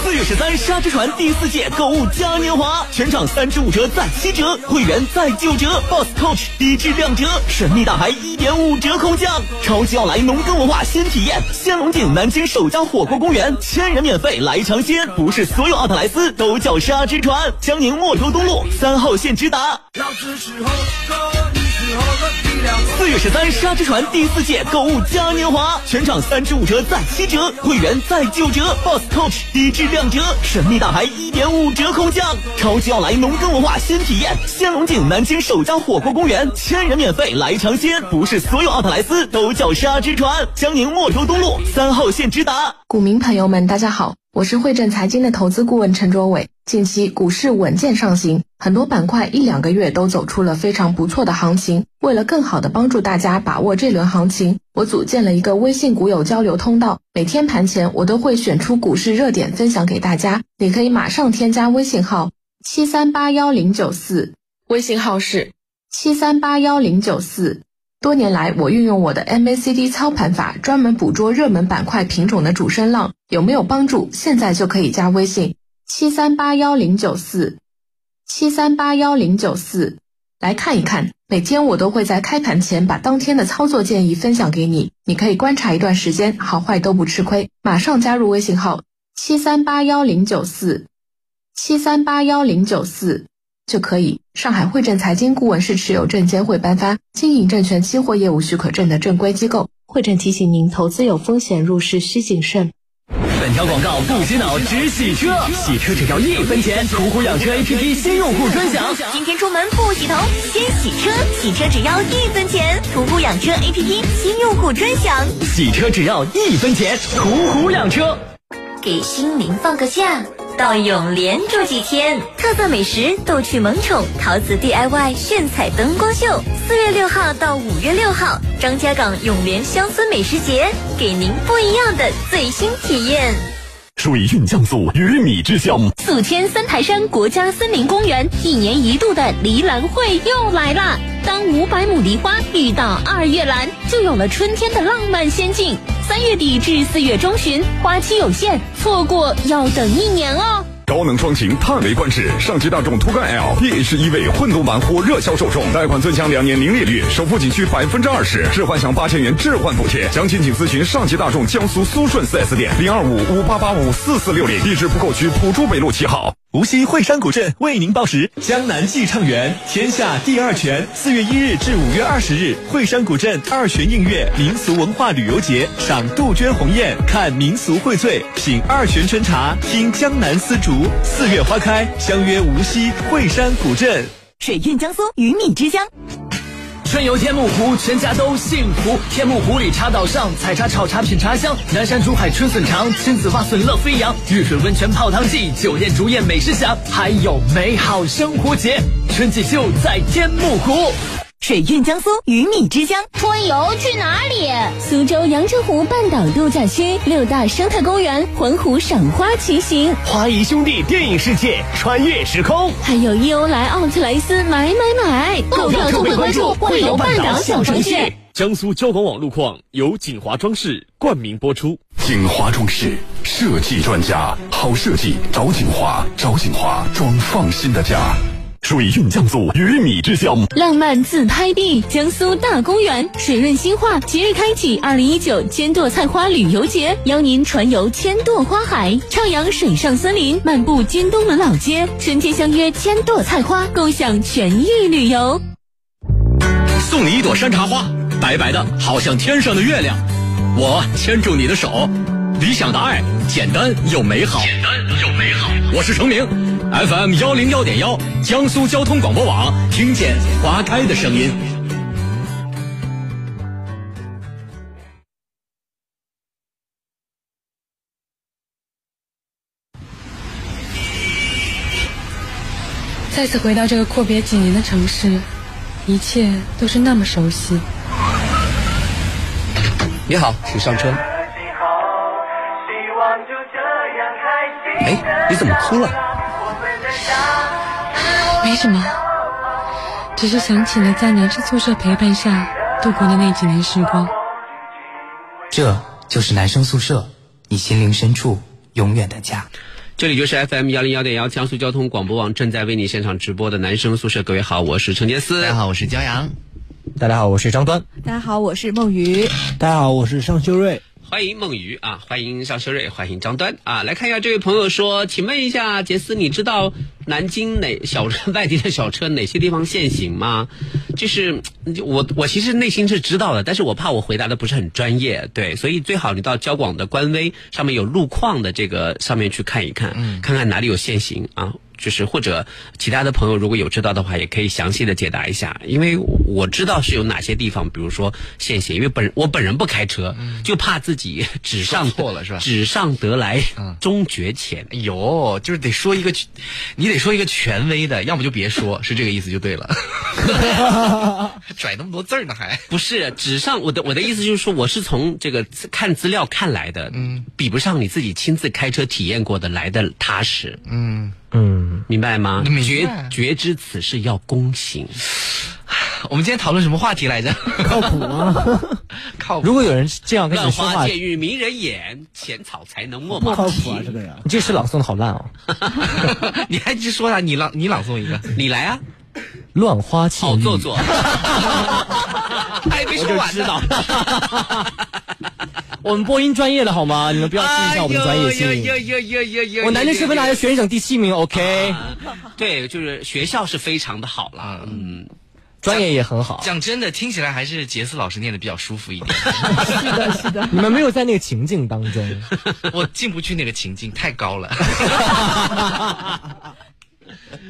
四月十三，沙之船第四届购物嘉年华，全场三至五折再七折，会员再九折，BOSS Coach 低质量折，神秘大牌一点五折空降，超级奥莱农耕文化新体验，仙龙井南京首家火锅公园，千人免费来尝鲜，不是所有奥特莱斯都叫沙之船，江宁莫州东路三号线直达。四月十三，沙之船第四届购物嘉年华，全场三至五折再七折，会员再九折，BOSS Coach 低质量折，神秘大牌一点五折空降，超级奥莱农耕文化新体验，仙龙井南京首家火锅公园，千人免费来尝鲜，不是所有奥特莱斯都叫沙之船，江宁莫州东路三号线直达。
股民朋友们，大家好，我是汇正财经的投资顾问陈卓伟。近期股市稳健上行，很多板块一两个月都走出了非常不错的行情。为了更好的帮助大家把握这轮行情，我组建了一个微信股友交流通道，每天盘前我都会选出股市热点分享给大家。你可以马上添加微信号七三八幺零九四，微信号是七三八幺零九四。多年来，我运用我的 MACD 操盘法，专门捕捉热门板块品种的主升浪，有没有帮助？现在就可以加微信七三八幺零九四七三八幺零九四来看一看。每天我都会在开盘前把当天的操作建议分享给你，你可以观察一段时间，好坏都不吃亏。马上加入微信号七三八幺零九四七三八幺零九四。就可以。上海汇正财经顾问是持有证监会颁发经营证券期货业务许可证的正规机构。汇正提醒您，投资有风险，入市需谨慎。
本条广告不洗脑，只洗车，洗车只要一分钱。途虎养车 APP 新用户专享。
今天出门不洗头，先洗车，洗车只要一分钱。途虎养车 APP 新用户专享，
洗车只要一分钱，途虎养车。
给心灵放个假。到永联住几天，特色美食逗趣萌宠，陶瓷 DIY 炫彩灯光秀。四月六号到五月六号，张家港永联乡村美食节，给您不一样的最新体验。
水韵江苏，鱼米之乡。
宿迁三台山国家森林公园一年一度的梨兰会又来啦！当五百亩梨花遇到二月兰，就有了春天的浪漫仙境。三月底至四月中旬，花期有限，错过要等一年哦。
高能双擎叹为观止，上汽大众途观 L DH1V 混动版火热销售中，贷款尊享两年零利率，首付仅需百分之二十，置换享八千元置换补贴。详情请咨询上汽大众江苏苏顺 4S 店零二五五八八五四四六零，地址浦口区浦珠北路七号。
无锡惠山古镇为您报时，江南纪唱园天下第二泉，四月一日至五月二十日，惠山古镇二泉映月民俗文化旅游节，赏杜鹃红艳，看民俗荟萃，品二泉春茶，听江南丝竹，四月花开，相约无锡惠山古镇。
水韵江苏，鱼米之乡。
春游天目湖，全家都幸福。天目湖里茶岛上，采茶、炒茶、品茶香。南山竹海春笋长，亲子蛙笋乐飞扬。玉水温泉泡汤记，酒宴竹宴美食享。还有美好生活节，春季就在天目湖。
水韵江苏，鱼米之乡。
春游去哪里？
苏州阳澄湖半岛度假区六大生态公园环湖赏花骑行，
华谊兄弟电影世界穿越时空，
还有伊欧莱奥特莱斯买买买，
购票特惠关注惠游半岛小程序。
江苏交广网路况由锦华装饰冠名播出。
锦华装饰设计专家，好设计找锦华，找锦华装放心的家。水韵江苏，鱼米之乡。
浪漫自拍地，江苏大公园，水润新化即日开启二零一九千垛菜花旅游节，邀您船游千垛花海，徜徉水上森林，漫步金东门老街。春天相约千垛菜花，共享全域旅游。
送你一朵山茶花，白白的，好像天上的月亮。我牵住你的手，理想的爱，简单又美好。
简单又美好。
我是程明。FM 幺零幺点幺，江苏交通广播网，听见花开的声音。
再次回到这个阔别几年的城市，一切都是那么熟悉。
你好，请上车。哎，你怎么哭了？
没什么，只是想起了在男生宿舍陪伴下度过的那几年时光。
这
就是男生宿舍，你心灵深处永远的家。
这里就是 FM 幺零幺点幺江苏交通广播网正在为你现场直播的男生宿舍，各位好，我是陈杰斯，大家
好，我是焦阳，
大家好，我是张端，
大家好，我是梦鱼，
大家好，我是尚修睿。
欢迎梦鱼啊，欢迎尚修睿，欢迎张端啊！来看一下这位朋友说，请问一下杰斯，你知道南京哪小外地的小车哪些地方限行吗？就是我我其实内心是知道的，但是我怕我回答的不是很专业，对，所以最好你到交广的官微上面有路况的这个上面去看一看，看看哪里有限行啊。就是或者其他的朋友如果有知道的话，也可以详细的解答一下，因为我知道是有哪些地方，比如说限行，因为本我本人不开车，就怕自己纸上
嗯错了是吧
纸上得来终觉浅。
有，哎就是得说一个，你得说一个权威的，要么就别说，是这个意思就对了。 拽那么多字儿呢还？
不是纸上，我的我的意思就是说，我是从这个资看资料看来的，嗯，比不上你自己亲自开车体验过的来的踏实，
嗯
嗯，明白吗？
明白
觉觉知此事要躬行。
我们今天讨论什么话题来着？
靠谱吗？
靠谱。
如果有人这样跟
乱
你说
花
话，
渐欲迷人眼，浅草才能没
不
马
靠
蹄。
谱啊这个你这诗朗诵的好烂哦。
你还直说啥？你朗你朗诵一个，
你来啊！
乱花渐欲，
做 作。还没说完呢。
我们播音专业的好吗？你们不要记一下我们专业
哎
性。我南京师范大学学生第七名，OK，
啊对，就是学校是非常的好了，嗯，
专业也很好。
啊讲真的，听起来还是杰斯老师念的比较舒服一点。
是的，是的。
你们没有在那个情境当中，
我进不去那个情境，太高 了。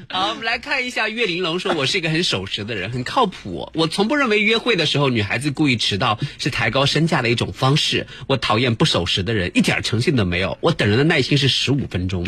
好，我们来看一下岳玲珑说：“我是一个很守时的人，很靠谱。我从不认为约会的时候女孩子故意迟到是抬高身价的一种方式。我讨厌不守时的人，一点诚信都没有。我等人的耐心是十五分钟。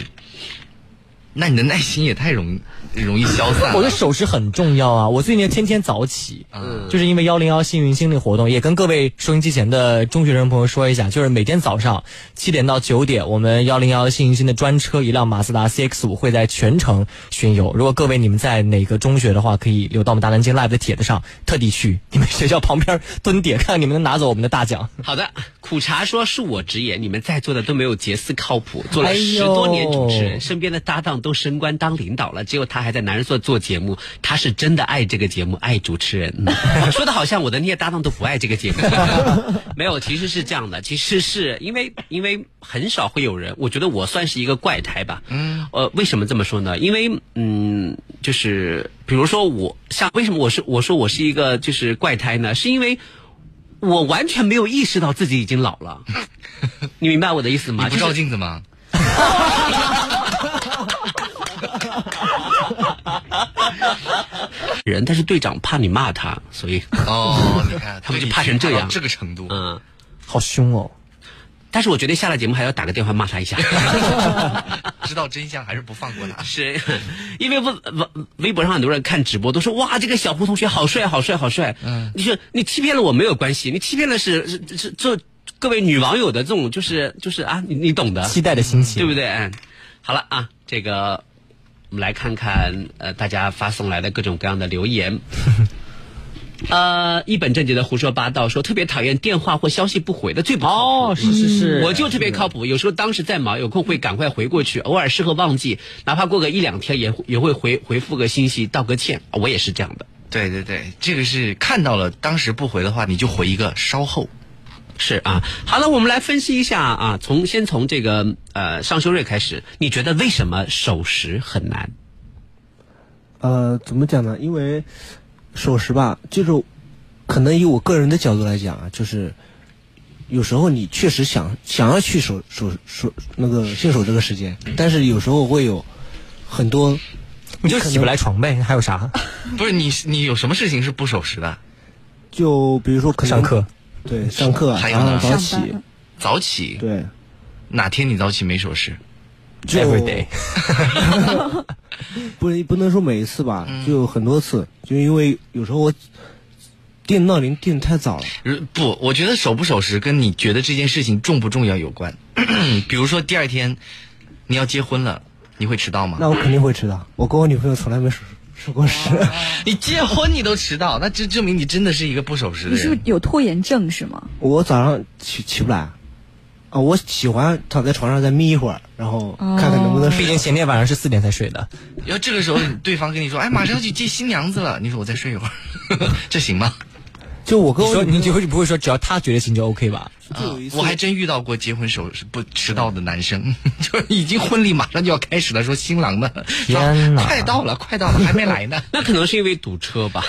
那你的耐心也太容容易消散了。
我的守时很重要啊！我最近天天早起，就是因为幺零幺幸运星那活动，也跟各位收音机前的中学生朋友说一下，就是每天早上七点到九点，我们幺零幺幸运星的专车一辆马自达 CX 五会在全城巡游。如果各位你们在哪个中学的话，可以留到我们大南京 live 的帖子上，特地去你们学校旁边蹲点，看你们能拿走我们的大奖。”
好的，苦茶说：“恕我直言，你们在座的都没有杰斯靠谱。做了十多年主持人，
哎呦
身边的搭档都升官当领导了，只有他还在男人做做节目。他是真的爱这个节目，爱主持人，嗯说的好像我的那些搭档都不爱这个节目。 没有，其实是这样的，其实是因为因为很少会有人，我觉得我算是一个怪胎吧。嗯，呃，为什么这么说呢？因为嗯，就是比如说我像为什么我是我说我是一个就是怪胎呢？是因为。我完全没有意识到自己已经老了，你明白我的意思吗？
你不照
就是
镜子吗？
人，但是队长怕你骂他，所以
哦，你 看，
他们就怕成这样
到这个程度。
嗯，
好凶哦！
但是我决定下了节目还要打个电话骂他一下，
知道真相还是不放过他。
是因为微微微博上很多人看直播都说哇这个小胡同学好帅好帅好帅，嗯，你说你欺骗了我没有关系，你欺骗了是是是做各位女网友的这种就是就是啊你你懂的，
期待的心情，
对不对？嗯好了啊，这个我们来看看呃大家发送来的各种各样的留 言。呃，一本正经的胡说八道，说特别讨厌电话或消息不回的，最不靠谱
哦，是是是，嗯
我就特别靠谱，有时候当时在忙，有空会赶快回过去，偶尔适合忘记，哪怕过个一两天也也会回回复个信息，道个歉。我也是这样的，
对对对，这个是看到了，当时不回的话，你就回一个稍后。
是啊。好了，我们来分析一下啊，从先从这个呃尚修睿开始，你觉得为什么守时很难？
呃，怎么讲呢？因为守时吧，就是可能以我个人的角度来讲啊，就是有时候你确实想想要去守守守那个信守这个时间，但是有时候会有很多
你就起不来床呗，还有啥？
不是你，你有什么事情是不守时的？
啊就比如说可能
上课，
对上课啊，
还有
然
呢
后早
上
起
班，
早起。
对，
哪天你早起没守时？
就
Every day
不不能说每一次吧，就有很多次，就因为有时候我定闹铃定得太早了。
如呃不，我觉得守不守时跟你觉得这件事情重不重要有关。 比如说第二天你要结婚了，你会迟到吗？
那我肯定会迟到。我跟我女朋友从来没守守过时。
你结婚你都迟到，那这证明你真的是一个不守时的
你是不
人
是。有拖延症是吗？
我早上起起不来，啊，我喜欢躺在床上再眯一会儿，然后看
哦
看能不能睡。
毕竟前天晚上是四点才睡的，
然后这个时候对方跟你说，哎，马上要去接新娘子了，你说我再睡一会儿， 这行吗？
就我
跟我说，你就会不会说只要他觉得行就 OK 吧？
啊，我还真遇到过结婚手不迟到的男生， 就是已经婚礼马上就要开始了，说新郎呢，
天哪
快到了，快到了，还没来 呢。
那可能是因为堵车吧。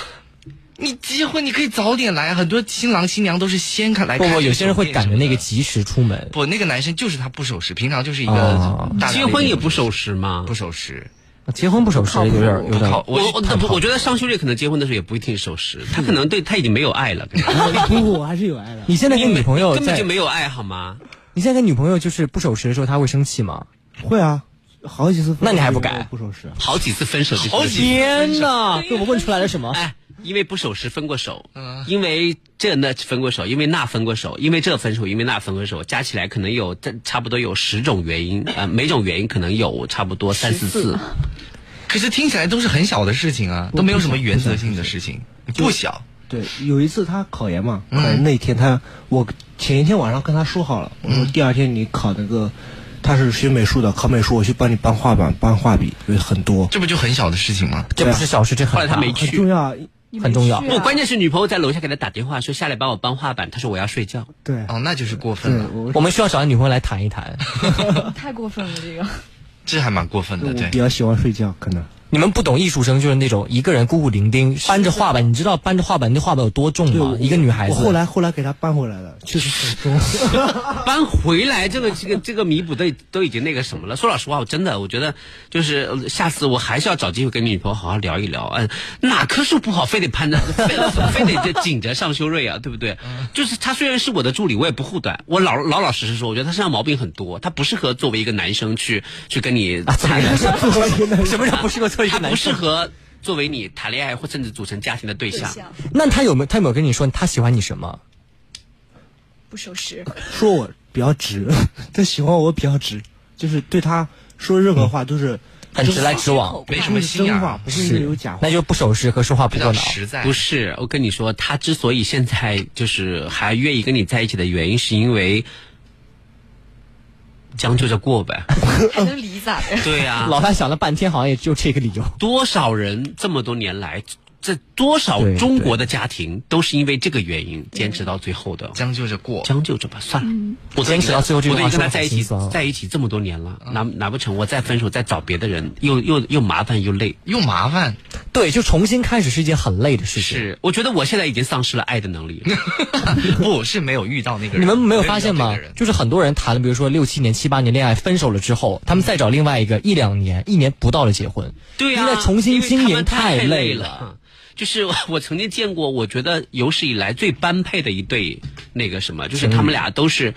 你结婚你可以早点来，啊很多新郎新娘都是先看来
不
看
不，有些人会
酒店
赶
什
着
么
那个
的
及时出门。
不，那个男生就是他不守时，平常就是一个
哦
大
结婚也不守时嘛，
不守时。
结婚不守时，有点有点。
靠我我
太
不
靠
我觉得上修烈可能结婚的时候也不一定守时，他可能对他已经没有爱了，
不不，我还是有爱的。
你现在跟女朋友
根本
在
就，没有爱好吗？
你现在跟女朋友就是不守时的时候，她会生气吗？
会啊，好几次。
那你还不改？
不守时？
好几次分手就
好几天呐，被我问出来了什么？
哎，因为不守时分过手，
嗯
因为这那分过手，因为那分过手，因为这分手，因为那分过手，加起来可能有这差不多有十种原因，呃，每种原因可能有差不多三四次。
可是听起来都是很小的事情啊，
不
都没有什么原则性的事情，不小。嗯
对，有一次他考研嘛，考研那天他，我前一天晚上跟他说好了，
嗯
我说第二天你考那个，他是学美术的，考美术我去帮你搬画板、搬画笔，有很多。
这不就很小的事情吗？
这不是小事这很
后来他没
很
去
重，要，
啊
很重要
不，关键是女朋友在楼下给他打电话说下来帮我搬画板，他说我要睡觉。
对，
哦，那就是过分了，
我们需要找个女朋友来谈一谈。
太过分了，这个。
这还蛮过分的，对
比。较喜欢睡觉，可能。
你们不懂艺术生，就是那种一个人孤苦伶仃搬着画板，你知道搬着画板那画板有多重吗？一个女孩
我
子。
后来后来给他搬回来了，确实很重。
搬回来这个这个这个弥补都都已经那个什么了。说老实话，我真的我觉得就是呃下次我还是要找机会跟女朋友好好聊一聊。嗯，哪棵树不好，非得攀着，非非得这紧着上修睿啊，对不对？ 就是他虽然是我的助理，我也不护短。我老老老实实说，我觉得他身上毛病很多，他不适合作为一个男生去去跟你谈。
什么叫不适合作为一个
他
男
不适
生？
合作为你谈恋爱或甚至组成家庭的对象。
那他有没有他有没有跟你说他喜欢你什么？
不守时，
说我比较直，他喜欢我比较直，就是对他说任何话都是
很直来直往
不
没
是
什么心眼
真
儿
话，不是有假话。
那就不守时和说话不够脑。
不是，我跟你说，他之所以现在就是还愿意跟你在一起的原因，是因为将就着过呗。
还能理咋的？
对呀、
老大想了半天，好像也就这个理由。
多少人这么多年来，这多少
对
中国的家庭都是因为这个原因坚持到最后的。
将就着过，
将就着吧，算了。我都
坚持到最后这句
我
话
都已经跟他
说
在
得
一
好心
起
酸啊
在一起这么多年了，难难不成我再分手再找别的人，又又又麻烦又累？
又麻烦，
对，就重新开始是一件很累的事情。
是，我觉得我现在已经丧失了爱的能力了。
不是没有遇到那个人。
你们没有
遇到
发现
这个
吗
人？
就是很多人谈了，比如说六七年、七八年恋爱，分手了之后，他们再找另外一个一两年、一年不到的结婚，
对呀、
因为重新
因为他
经
们
营
太
累
累。了。就是我 我曾经见过，我觉得有史以来最般配的一对，那个什么，就是他们俩都是。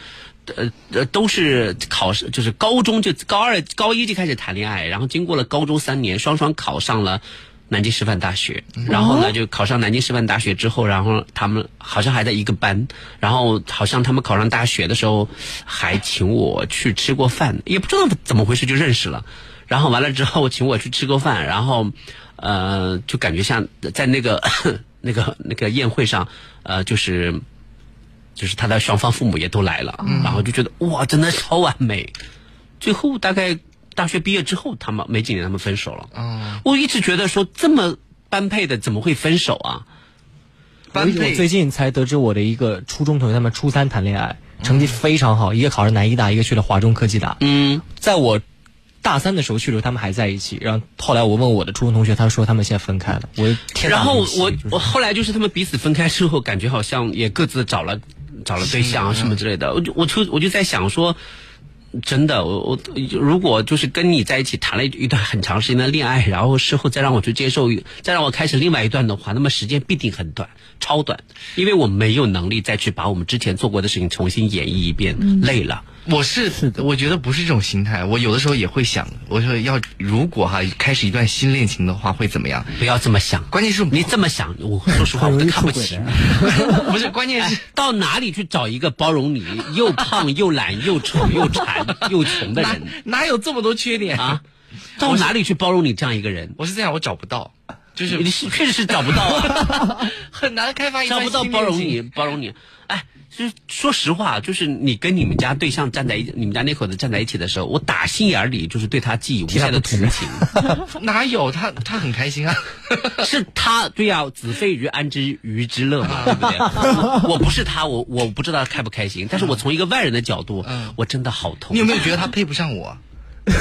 呃呃，都是考试，就是高中就高二、高一就开始谈恋爱，然后经过了高中三年，双双考上了南京师范大学。然后呢，就考上南京师范大学之后，然后他们好像还在一个班，然后好像他们考上大学的时候还请我去吃过饭，也不知道怎么回事就认识了。然后完了之后请我去吃过饭，然后，呃，就感觉像在那个 那个那个宴会上，呃，就是就是他的双方父母也都来了，然后就觉得哇，真的超完美。最后大概大学毕业之后，他们没几年他们分手了。
哦，
我一直觉得说这么般配的怎么会分手啊？
我我最近才得知我的一个初中同学，他们初三谈恋爱，成绩非常好，一个考上南医大，一个去了华中科技大。
嗯，
在我大三的时候去的时候，他们还在一起。然后后来我问我的初中同学，他说他们现在分开了。我的天哪
然后我
就是
我后来就是他们彼此分开之后，感觉好像也各自找了找了对象啊什么之类的。我就我就我就在想说，真的，我我如果就是跟你在一起谈了一一段很长时间的恋爱，然后事后再让我去接受，再让我开始另外一段的话，那么时间必定很短，超短，因为我没有能力再去把我们之前做过的事情重新演绎一遍，累了。
我是我觉得不是这种心态，我有的时候也会想，我说要如果哈开始一段新恋情的话会怎么样？
不要这么想，
关键是
你这么想，我说实话我都看不起。
不是，关键是
到哪里去找一个包容你又胖又懒又丑又馋又穷的人
哪有这么多缺点
啊？到哪里去包容你这样一个人？
我是这样，我找不到， 就是
你是确实是找不到啊，
很难开发一
找
段
不到
新
包
恋
容
情
你，包容你。哎，就是说实话，就是你跟你们家对象站在一，你们家那口子站在一起的时候，我打心眼儿里就是对他寄予无限的同情。
哪有他？他很开 心啊。
是他对呀、子非鱼安知鱼之乐 嘛，对不对？我我不是他，我我不知道他开不开心，但是我从一个外人的角度，我真的好
嗯
痛。
你有没有觉得他配不上我？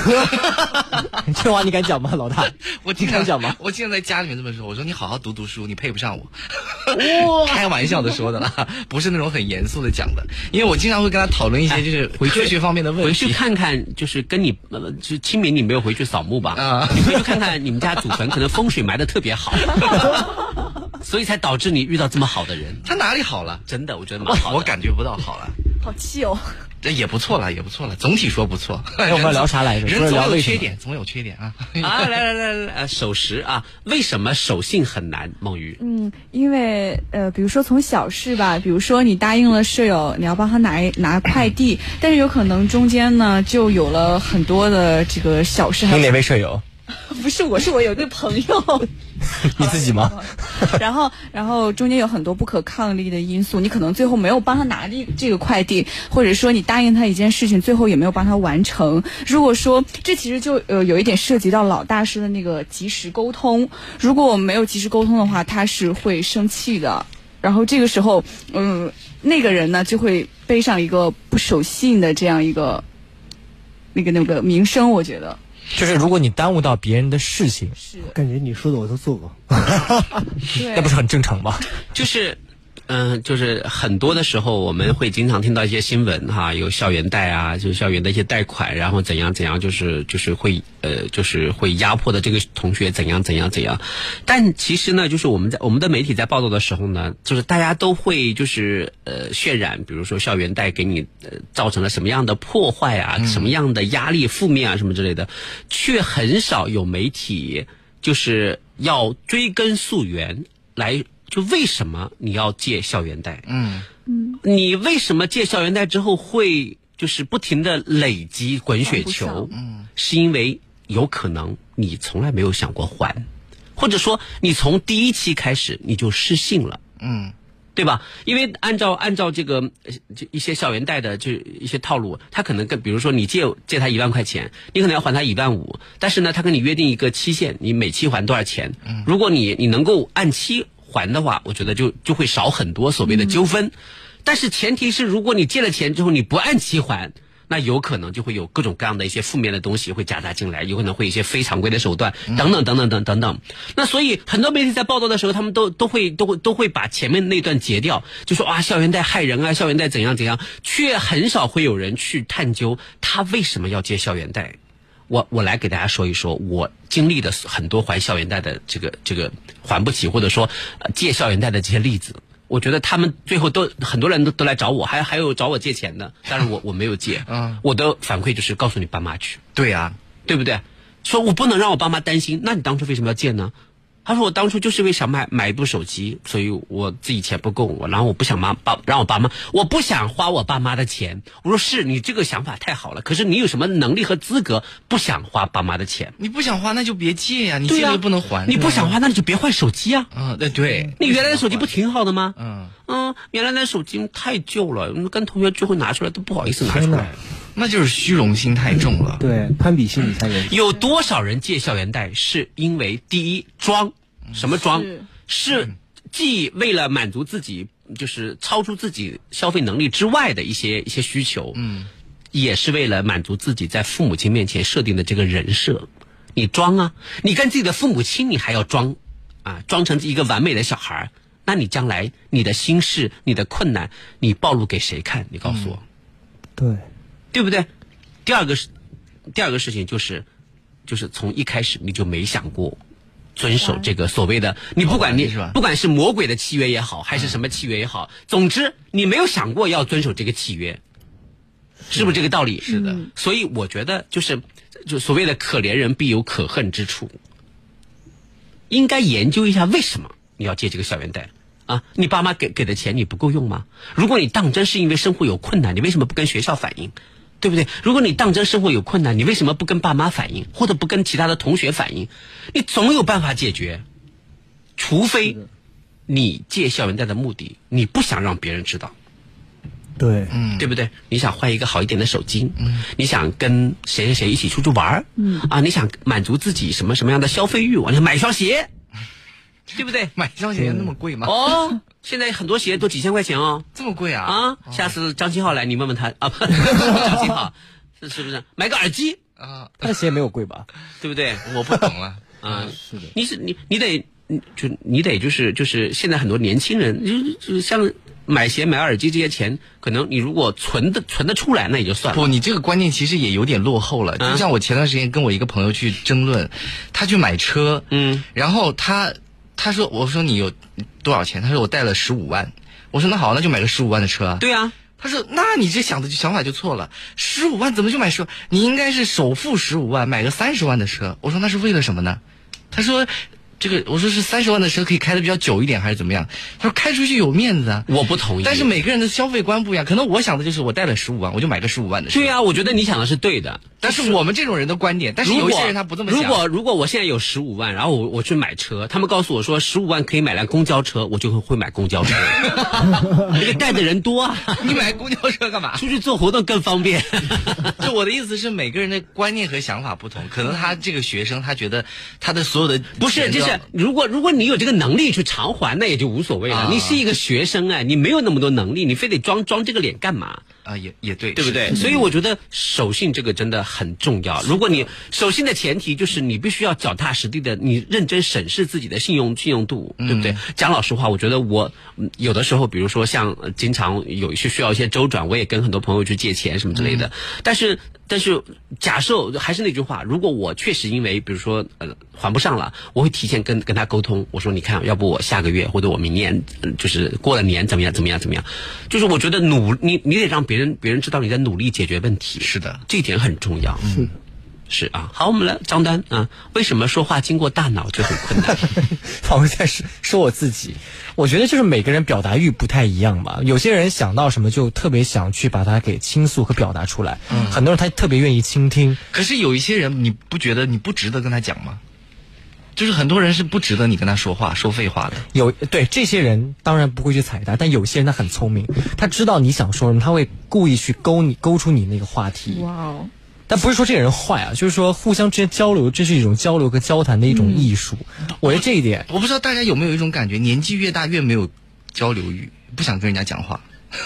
这话你敢讲吗，老大？
我经常讲嘛，我经常在家里面这么说，我说你好好读读书，你配不上我。 开玩笑的说的啦，不是那种很严肃的讲的，因为我经常会跟他讨论一些就是
哎回去
科学方面的问题。
回去看看，就是跟你，呃就清明你没有回去扫墓吧？啊，你回去看看你们家祖坟，可能风水埋的特 别好，所以才导致你遇到这么好的人。
他哪里好了？
真的，我觉得蛮 好
我感觉不到好了。
好气哦！
这也不错了，也不错了，总体说不 错。
哎我们聊啥来着
人
不是
总
聊
有
为什
缺
么
点，总有缺点啊。
啊，来来来来，呃守时啊，为什么守信很难？梦鱼，
嗯，因为呃，比如说从小事吧，比如说你答应了舍友你要帮他拿一拿快递，但是有可能中间呢就有了很多的这个小事。还有
你哪位舍友？
不是我，是我有一个朋友，
你自己吗？
然后然后中间有很多不可抗力的因素，你可能最后没有帮他拿这这个快递，或者说你答应他一件事情，最后也没有帮他完成。如果说这其实就呃有一点涉及到老大师的那个及时沟通，如果我们没有及时沟通的话，他是会生气的。然后这个时候，嗯，那个人呢就会背上一个不守信的这样一个那个那个名声，我觉得。
就是如果你耽误到别人的事情，
我感觉你说的我都做过。
那不是很正常吗？
就是。嗯、就是很多的时候，我们会经常听到一些新闻哈、有校园贷啊，就是校园的一些贷款，然后怎样怎样，就是就是会呃，就是会压迫的这个同学怎样怎样怎样。但其实呢，就是我们在我们的媒体在报道的时候呢，就是大家都会就是呃渲染，比如说校园贷给你、呃、造成了什么样的破坏啊，什么样的压力、负面啊什么之类的，却很少有媒体就是要追根溯源来，就为什么你要借校园贷？
嗯
嗯，
你为什么借校园贷之后会就是不停的累积滚
还
雪球
不上？
嗯，是因为有可能你从来没有想过还，或者说你从第一期开始你就失信了。
嗯
对吧？因为按照按照这个呃这一些校园贷的这一些套路，他可能跟比如说你借借他一万块钱，你可能要还他一万五，但是呢，他跟你约定一个期限，你每期还多少钱？如果你你能够按期还的话，我觉得就就会少很多所谓的纠纷。但是前提是，如果你借了钱之后你不按期还，那有可能就会有各种各样的一些负面的东西会夹杂进来，有可能会有一些非常规的手段等等等等等等等。那所以很多媒体在报道的时候，他们都都会都会都会把前面那段截掉，就说啊校园贷害人啊，校园贷怎样怎样，却很少会有人去探究他为什么要借校园贷。我我来给大家说一说我经历的很多还校园贷的这个这个还不起或者说、呃、借校园贷的这些例子。我觉得他们最后都很多人都都来找我，还还有找我借钱的，但是我我没有借。
嗯，
我的反馈就是告诉你爸妈去。
对啊呀、
对不对？说我不能让我爸妈担心，那你当初为什么要借呢？他说我当初就是为想买买一部手机，所以我自己钱不够，我然后我不想妈爸让我爸妈，我不想花我爸妈的钱。我说是你这个想法太好了，可是你有什么能力和资格不想花爸妈的钱？
你不想花那就别借啊呀、你
对
借
呀
了又不能还。
你不想花，那你就别换手机啊。
啊？对对，
你原来的手机不挺好的吗？
嗯
嗯，原来的手机太旧了，跟同学聚会拿出来都不好意思拿出来。
那就是虚荣心太重了。
对，攀比心理太严重。
有多少人借校园贷是因为第一装，什么装？
是
是既为了满足自己就是超出自己消费能力之外的一些一些需求，
嗯，
也是为了满足自己在父母亲面前设定的这个人设。你装啊，你跟自己的父母亲你还要装，啊，装成一个完美的小孩儿那你将来你的心事、你的困难，你暴露给谁看？你告诉我。
对，
对不对？第二个是第二个事情就是，就是从一开始你就没想过遵守这个所谓的，你不管啊你嗯不管是魔鬼的契约也好，还是什么契约也好，总之你没有想过要遵守这个契约，是不是这个道理？是
的。
所以我觉得就是就所谓的可怜人必有可恨之处，应该研究一下为什么你要借这个校园贷。啊，你爸妈给给的钱你不够用吗？如果你当真是因为生活有困难，你为什么不跟学校反映？对不对？如果你当真生活有困难，你为什么不跟爸妈反映，或者不跟其他的同学反映？你总有办法解决，除非你借校园贷的目的，你不想让别人知道。
对，
嗯，对不对？你想换一个好一点的手机，嗯，你想跟谁谁谁一起出去玩儿，
嗯
啊，你想满足自己什么什么样的消费欲望？你想买一双鞋，对不对？
买一双鞋那么贵吗？
哦，现在很多鞋都几千块钱哦，
这么贵啊！
啊，下次张金浩来，你问问他啊，不， 张金浩是是不是买个耳机
啊？
他的鞋没有贵吧？
对不对？
我不懂了
啊，
是的，
你是你你得你就你得就是就是现在很多年轻人就是就是像买鞋买耳机这些钱，可能你如果存的存得出来，那也就算 了。
不，你这个观念其实也有点落后
啊
了。就像我前段时间跟我一个朋友去争论，他去买车，
嗯，
然后他他说我说你有多少钱？他说我带了十五万。我说那好，那就买个十五万的车啊。
对啊。
他说：“那你这想的想法就错了，十五万怎么就买车？你应该是首付十五万买个三十万的车。”我说：“那是为了什么呢？”他说：“这个，我说是三十万的车可以开的比较久一点，还是怎么样？”他说：“开出去有面子啊。”
我不同意。
但是每个人的消费观不一样，可能我想的就是我带了十五万，我就买个十五万的车。
对啊，我觉得你想的是对的。
但是我们这种人的观点，但是有一些人他不这么想。
如果如果我现在有十五万，然后我我去买车，他们告诉我说十五万可以买辆公交车，我就会会买 公交车。这个带的人多啊，
你买公交车干嘛？
出去做活动更方便。
就我的意思是，每个人的观念和想法不同，可能他这个学生他觉得他的所有的
不是，
钱都
就
要
是如果如果你有这个能力去偿还，那也就无所谓了。
啊
你是一个学生哎，你没有那么多能力，你非得装装这个脸干嘛？
啊，也也对，
对不对？
是
所以我觉得守信这个真的很重要。如果你守信的前提就是你必须要脚踏实地的，你认真审视自己的信用信用度，对不对？讲老实话，我觉得我嗯有的时候，比如说像呃经常有一些需要一些周转，我也跟很多朋友去借钱什么之类的。但是但是，假设还是那句话，如果我确实因为比如说呃还不上了，我会提前跟跟他沟通，我说你看，要不我下个月或者我明年，呃就是过了年怎么样怎么样怎么样，就是我觉得努你你得让别人别人知道你在努力解决问题，是
的，
这一点很重要，是是啊。好，我们来张丹啊，为什么说话经过大脑就很困难？
好像在说说我自己，我觉得就是每个人表达欲不太一样吧。有些人想到什么就特别想去把它给倾诉和表达出来，
嗯
很多人他特别愿意倾听。
可是有一些人，你不觉得你不值得跟他讲吗？就是很多人是不值得你跟他说话、说废话的。
有对这些人当然不会去踩踏，但有些人他很聪明，他知道你想说什么，他会故意去勾你勾出你那个话题。
哇哦，
但不是说这个人坏啊，就是说互相之间交流，这是一种交流和交谈的一种艺术。我觉得这一点，
我不知道大家有没有一种感觉，年纪越大越没有交流欲，不想跟人家讲话。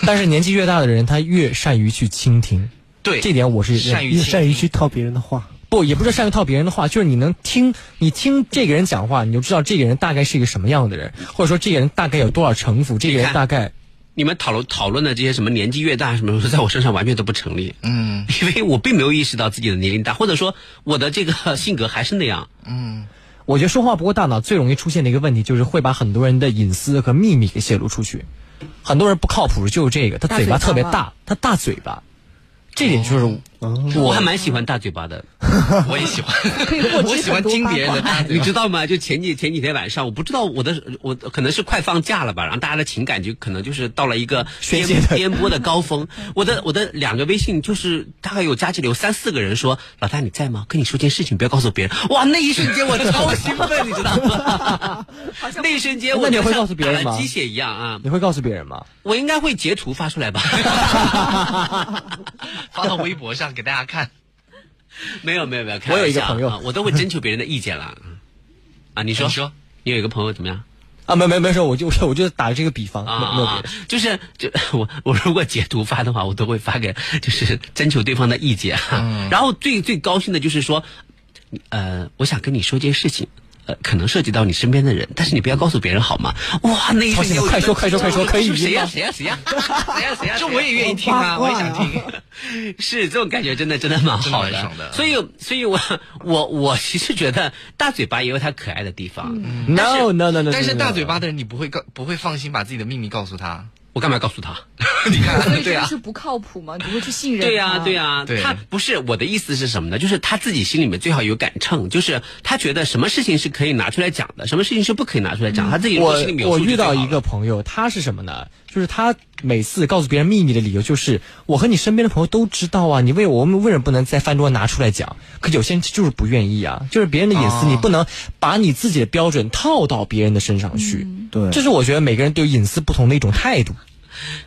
但是年纪越大的人，他越善于去倾听。
对
这点我是认
善于倾
越
听
善于去
套别人的话。
不，也不是善于套别人的话，就是你能听，你听这个人讲话，你就知道这个人大概是一个什么样的人，或者说这个人大概有多少城府，这个
你
人
看
大概
你们讨论讨论的这些什么年纪越大什么，在我身上完全都不成立，
嗯，
因为我并没有意识到自己的年龄大，或者说我的这个性格还是那样。
嗯，
我觉得说话不过大脑最容易出现的一个问题，就是会把很多人的隐私和秘密给泄露出去。很多人不靠谱就是这个，他
大
嘴
嘴
巴
巴
特别
吧
大，他大嘴巴，这点就是
我还蛮喜欢大嘴巴 的，
我也喜欢，
可以
获知我喜欢听别人的大嘴巴
你知道吗？就前几前几天晚上，我不知道我的我可能是快放假了吧，然后大家的情感就可能就是到了一个
宣
颠
泄的
颠簸的高 峰。我的我的两个微信就是大概有加起来有三四个人说：“老大你在吗？跟你说件事情，不要告诉别人。”哇，那一瞬间我超兴奋，你知道 吗？那一瞬间我
那你会
像
告诉别人
打了
吗
鸡血一样啊！
你会告诉别人吗？
我应该会截图发出来 吧？
发到微博上给大家看。
没有没有没有，开
我有一个
玩笑
朋友
啊我都会征求别人的意见了。啊，你说
你
说，你有一个朋友怎么样？
啊，没没没事，我就 我就打这个比方，没没有别
啊
的。，
就是就我我如果截图发的话，我都会发给就是征求对方的意见。啊
嗯
然后最最高兴的就是说，呃，我想跟你说件事情。呃，可能涉及到你身边的人，但是你不要告诉别人好吗？哇，那一瞬间我
快
觉
说
得
快说快说
哇
可以
是谁呀、
吗
谁呀、谁呀、 谁呀、谁呀、
这我也愿意听啊，我也想听。
是这种感觉，真的真的蛮好
真的蛮爽的
所以，所以我我我其实觉得大嘴巴也有它可爱的地方。
嗯
但是
No no no no，
但是
no,
大
no
嘴巴的人，你不会告不会放心把自己的秘密告诉他。
我干嘛告诉他？
你看，
所以这
对
个
啊，
是不靠谱吗？你不会去信任？
对呀、对呀、
对
他不是我的意思是什么呢？就是他自己心里面最好有杆秤，就是他觉得什么事情是可以拿出来讲的，什么事情是不可以拿出来讲的，他自己如果
我
心里面有
我
数就
遇到
最好
一个朋友，他是什么呢？就是他每次告诉别人秘密的理由就是，我和你身边的朋友都知道啊，你为我们为什么不能在饭桌上拿出来讲？可有些人就是不愿意啊，就是别人的隐
哦
私，你不能把你自己的标准套到别人的身上去。
对
这是我觉得每个人对隐私不同的一种态度。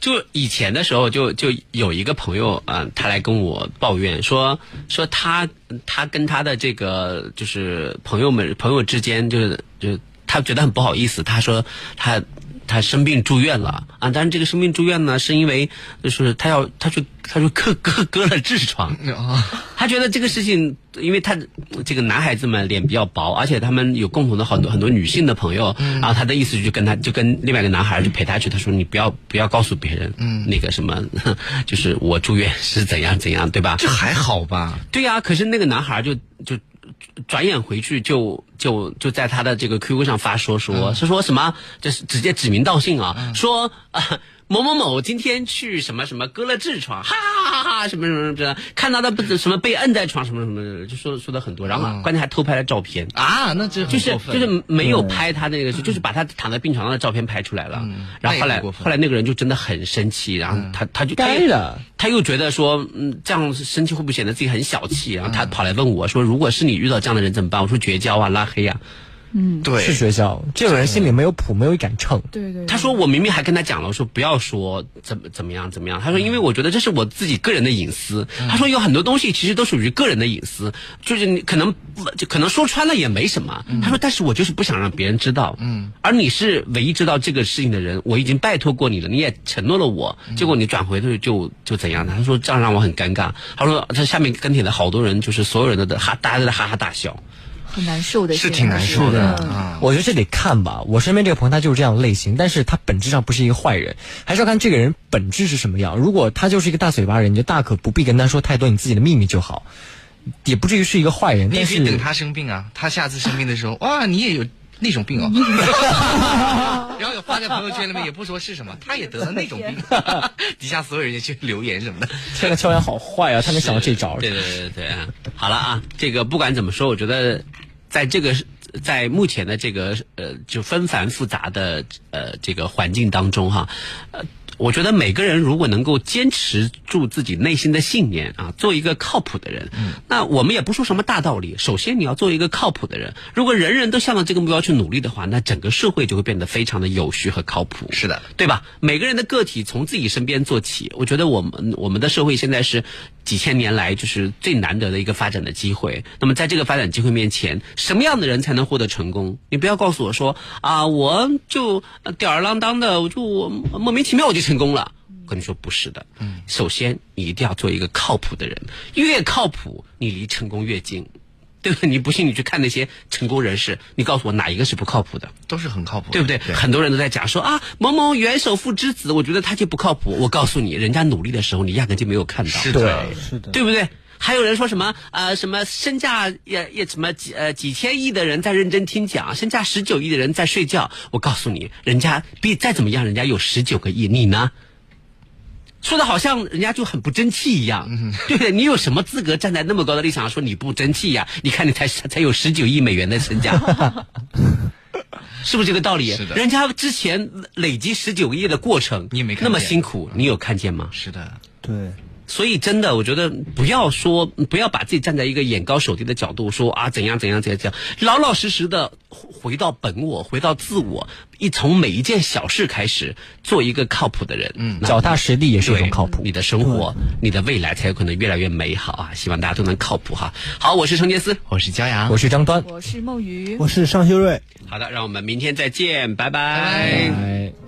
就以前的时候就，就有一个朋友啊、呃他来跟我抱怨说，说他他跟他的这个就是朋友们朋友之间就是就是他觉得很不好意思，他说他他生病住院了啊，但是这个生病住院呢，是因为就是他要他去他去割割割了痔疮，他觉得这个事情，因为他这个男孩子们脸比较薄，而且他们有共同的很多很多女性的朋友，
嗯
然后他的意思就跟他就跟另外一个男孩就陪他去，他说你不要不要告诉别人，
嗯
那个什么， 就是我住院是怎样怎样，对吧？
这还好吧？
对呀、可是那个男孩就就转眼回去就就就在他的这个 QQ 上发说说、是说什么，就是直接指名道姓啊，说 啊、某某某今天去什么什么割了痔疮，哈哈哈哈什么什么什么的，看到他不什么被摁在床什么什么，就说说的很多，然后
嗯
关键还偷拍了照片
啊，那这
就是
很过分
就是没有
嗯
拍他那个，就是把他躺在病床上的照片拍出来了，然后
那也
后来
很过分嗯
后来那个人就真的很生气，然后他他就哎
该的，
他又觉得说，嗯，这样生气会不会显得自己很小气？
嗯
然后他跑来问我说，如果是你遇到这样的人怎么办？我说绝交啊，拉黑啊。
嗯，
是学校这种人心里没有谱，没有一杆秤。
对对
他说我明明还跟他讲了，我说不要说怎么怎么样怎么样。他说因为我觉得这是我自己个人的隐私。他说有很多东西其实都属于个人的隐私，就是你可能就可能说穿了也没什么。他说但是我就是不想让别人知道。
嗯，
而你是唯一知道这个事情的人，我已经拜托过你了，你也承诺了我，结果你转回去就就怎样呢？他说这样让我很尴尬。他说他下面跟帖的好多人，就是所有人都在哈，大家都在哈哈大笑。
很难受的，
是挺难受的啊。
我觉得这得看吧，我身边这个朋友他就是这样的类型，但是他本质上不是一个坏人，还是要看这个人本质是什么样。如果他就是一个大嘴巴人，你就大可不必跟他说太多你自己的秘密就好，也不至于是一个坏人。
你也
但
可
是
以等他生病啊，他下次生病的时候，哇，你也有那种病哦。哦 然后有发在朋友圈里面，也不说是什么，他也得了那种病， 底下所有人也去留言什么的。
天呐，乔元好坏啊，他能想到这招。
对对对对啊！好了啊，这个不管怎么说，我觉得在这个在目前的这个呃就纷繁复杂的呃这个环境当中哈，呃。我觉得每个人如果能够坚持住自己内心的信念啊，做一个靠谱的人，
嗯
那我们也不说什么大道理。首先，你要做一个靠谱的人。如果人人都向着这个目标去努力的话，那整个社会就会变得非常的有序和靠谱。
是的，
对吧？每个人的个体从自己身边做起，我觉得我们我们的社会现在是几千年来就是最难得的一个发展的机会。那么在这个发展机会面前，什么样的人才能获得成功？你不要告诉我说啊，我就呃吊儿郎当的，我就我莫名其妙我就成功了。跟你说不是的，嗯，首先你一定要做一个靠谱的人，越靠谱，你离成功越近。对不对？你不信你去看那些成功人士，你告诉我哪一个是不靠谱的？
都是很靠谱的
对不对？
对
很多人都在讲说啊，某某元首富之子，我觉得他就不靠谱。我告诉你，人家努力的时候，你压根就没有看到。
是的对是的
对不对？还有人说什么呃什么身价也也什么几呃几千亿的人在认真听讲，身价十九亿的人在睡觉。我告诉你，人家比再怎么样，人家有十九个亿，你呢？说的好像人家就很不争气一样，
嗯
对不对？你有什么资格站在那么高的立场上说你不争气呀？你看你才才有十九亿美元的身价， 是不是这个道理？
是的
人家之前累积十九个亿的过程，你没
看见
那么辛苦，你有看见吗？
是的，
对，
所以真的，我觉得不要说，不要把自己站在一个眼高手低的角度说啊怎样怎样怎样怎样，老老实实的回到本我，回到自我，一从每一件小事开始，做一个靠谱的人，嗯
脚踏实地也是一种靠谱。
你的生活，你的未来才有可能越来越美好啊！希望大家都能靠谱哈。好，我是程杰思，
我是骄阳，
我是张端，
我是梦鱼，
我是尚修睿。
好的，让我们明天再见，拜拜
拜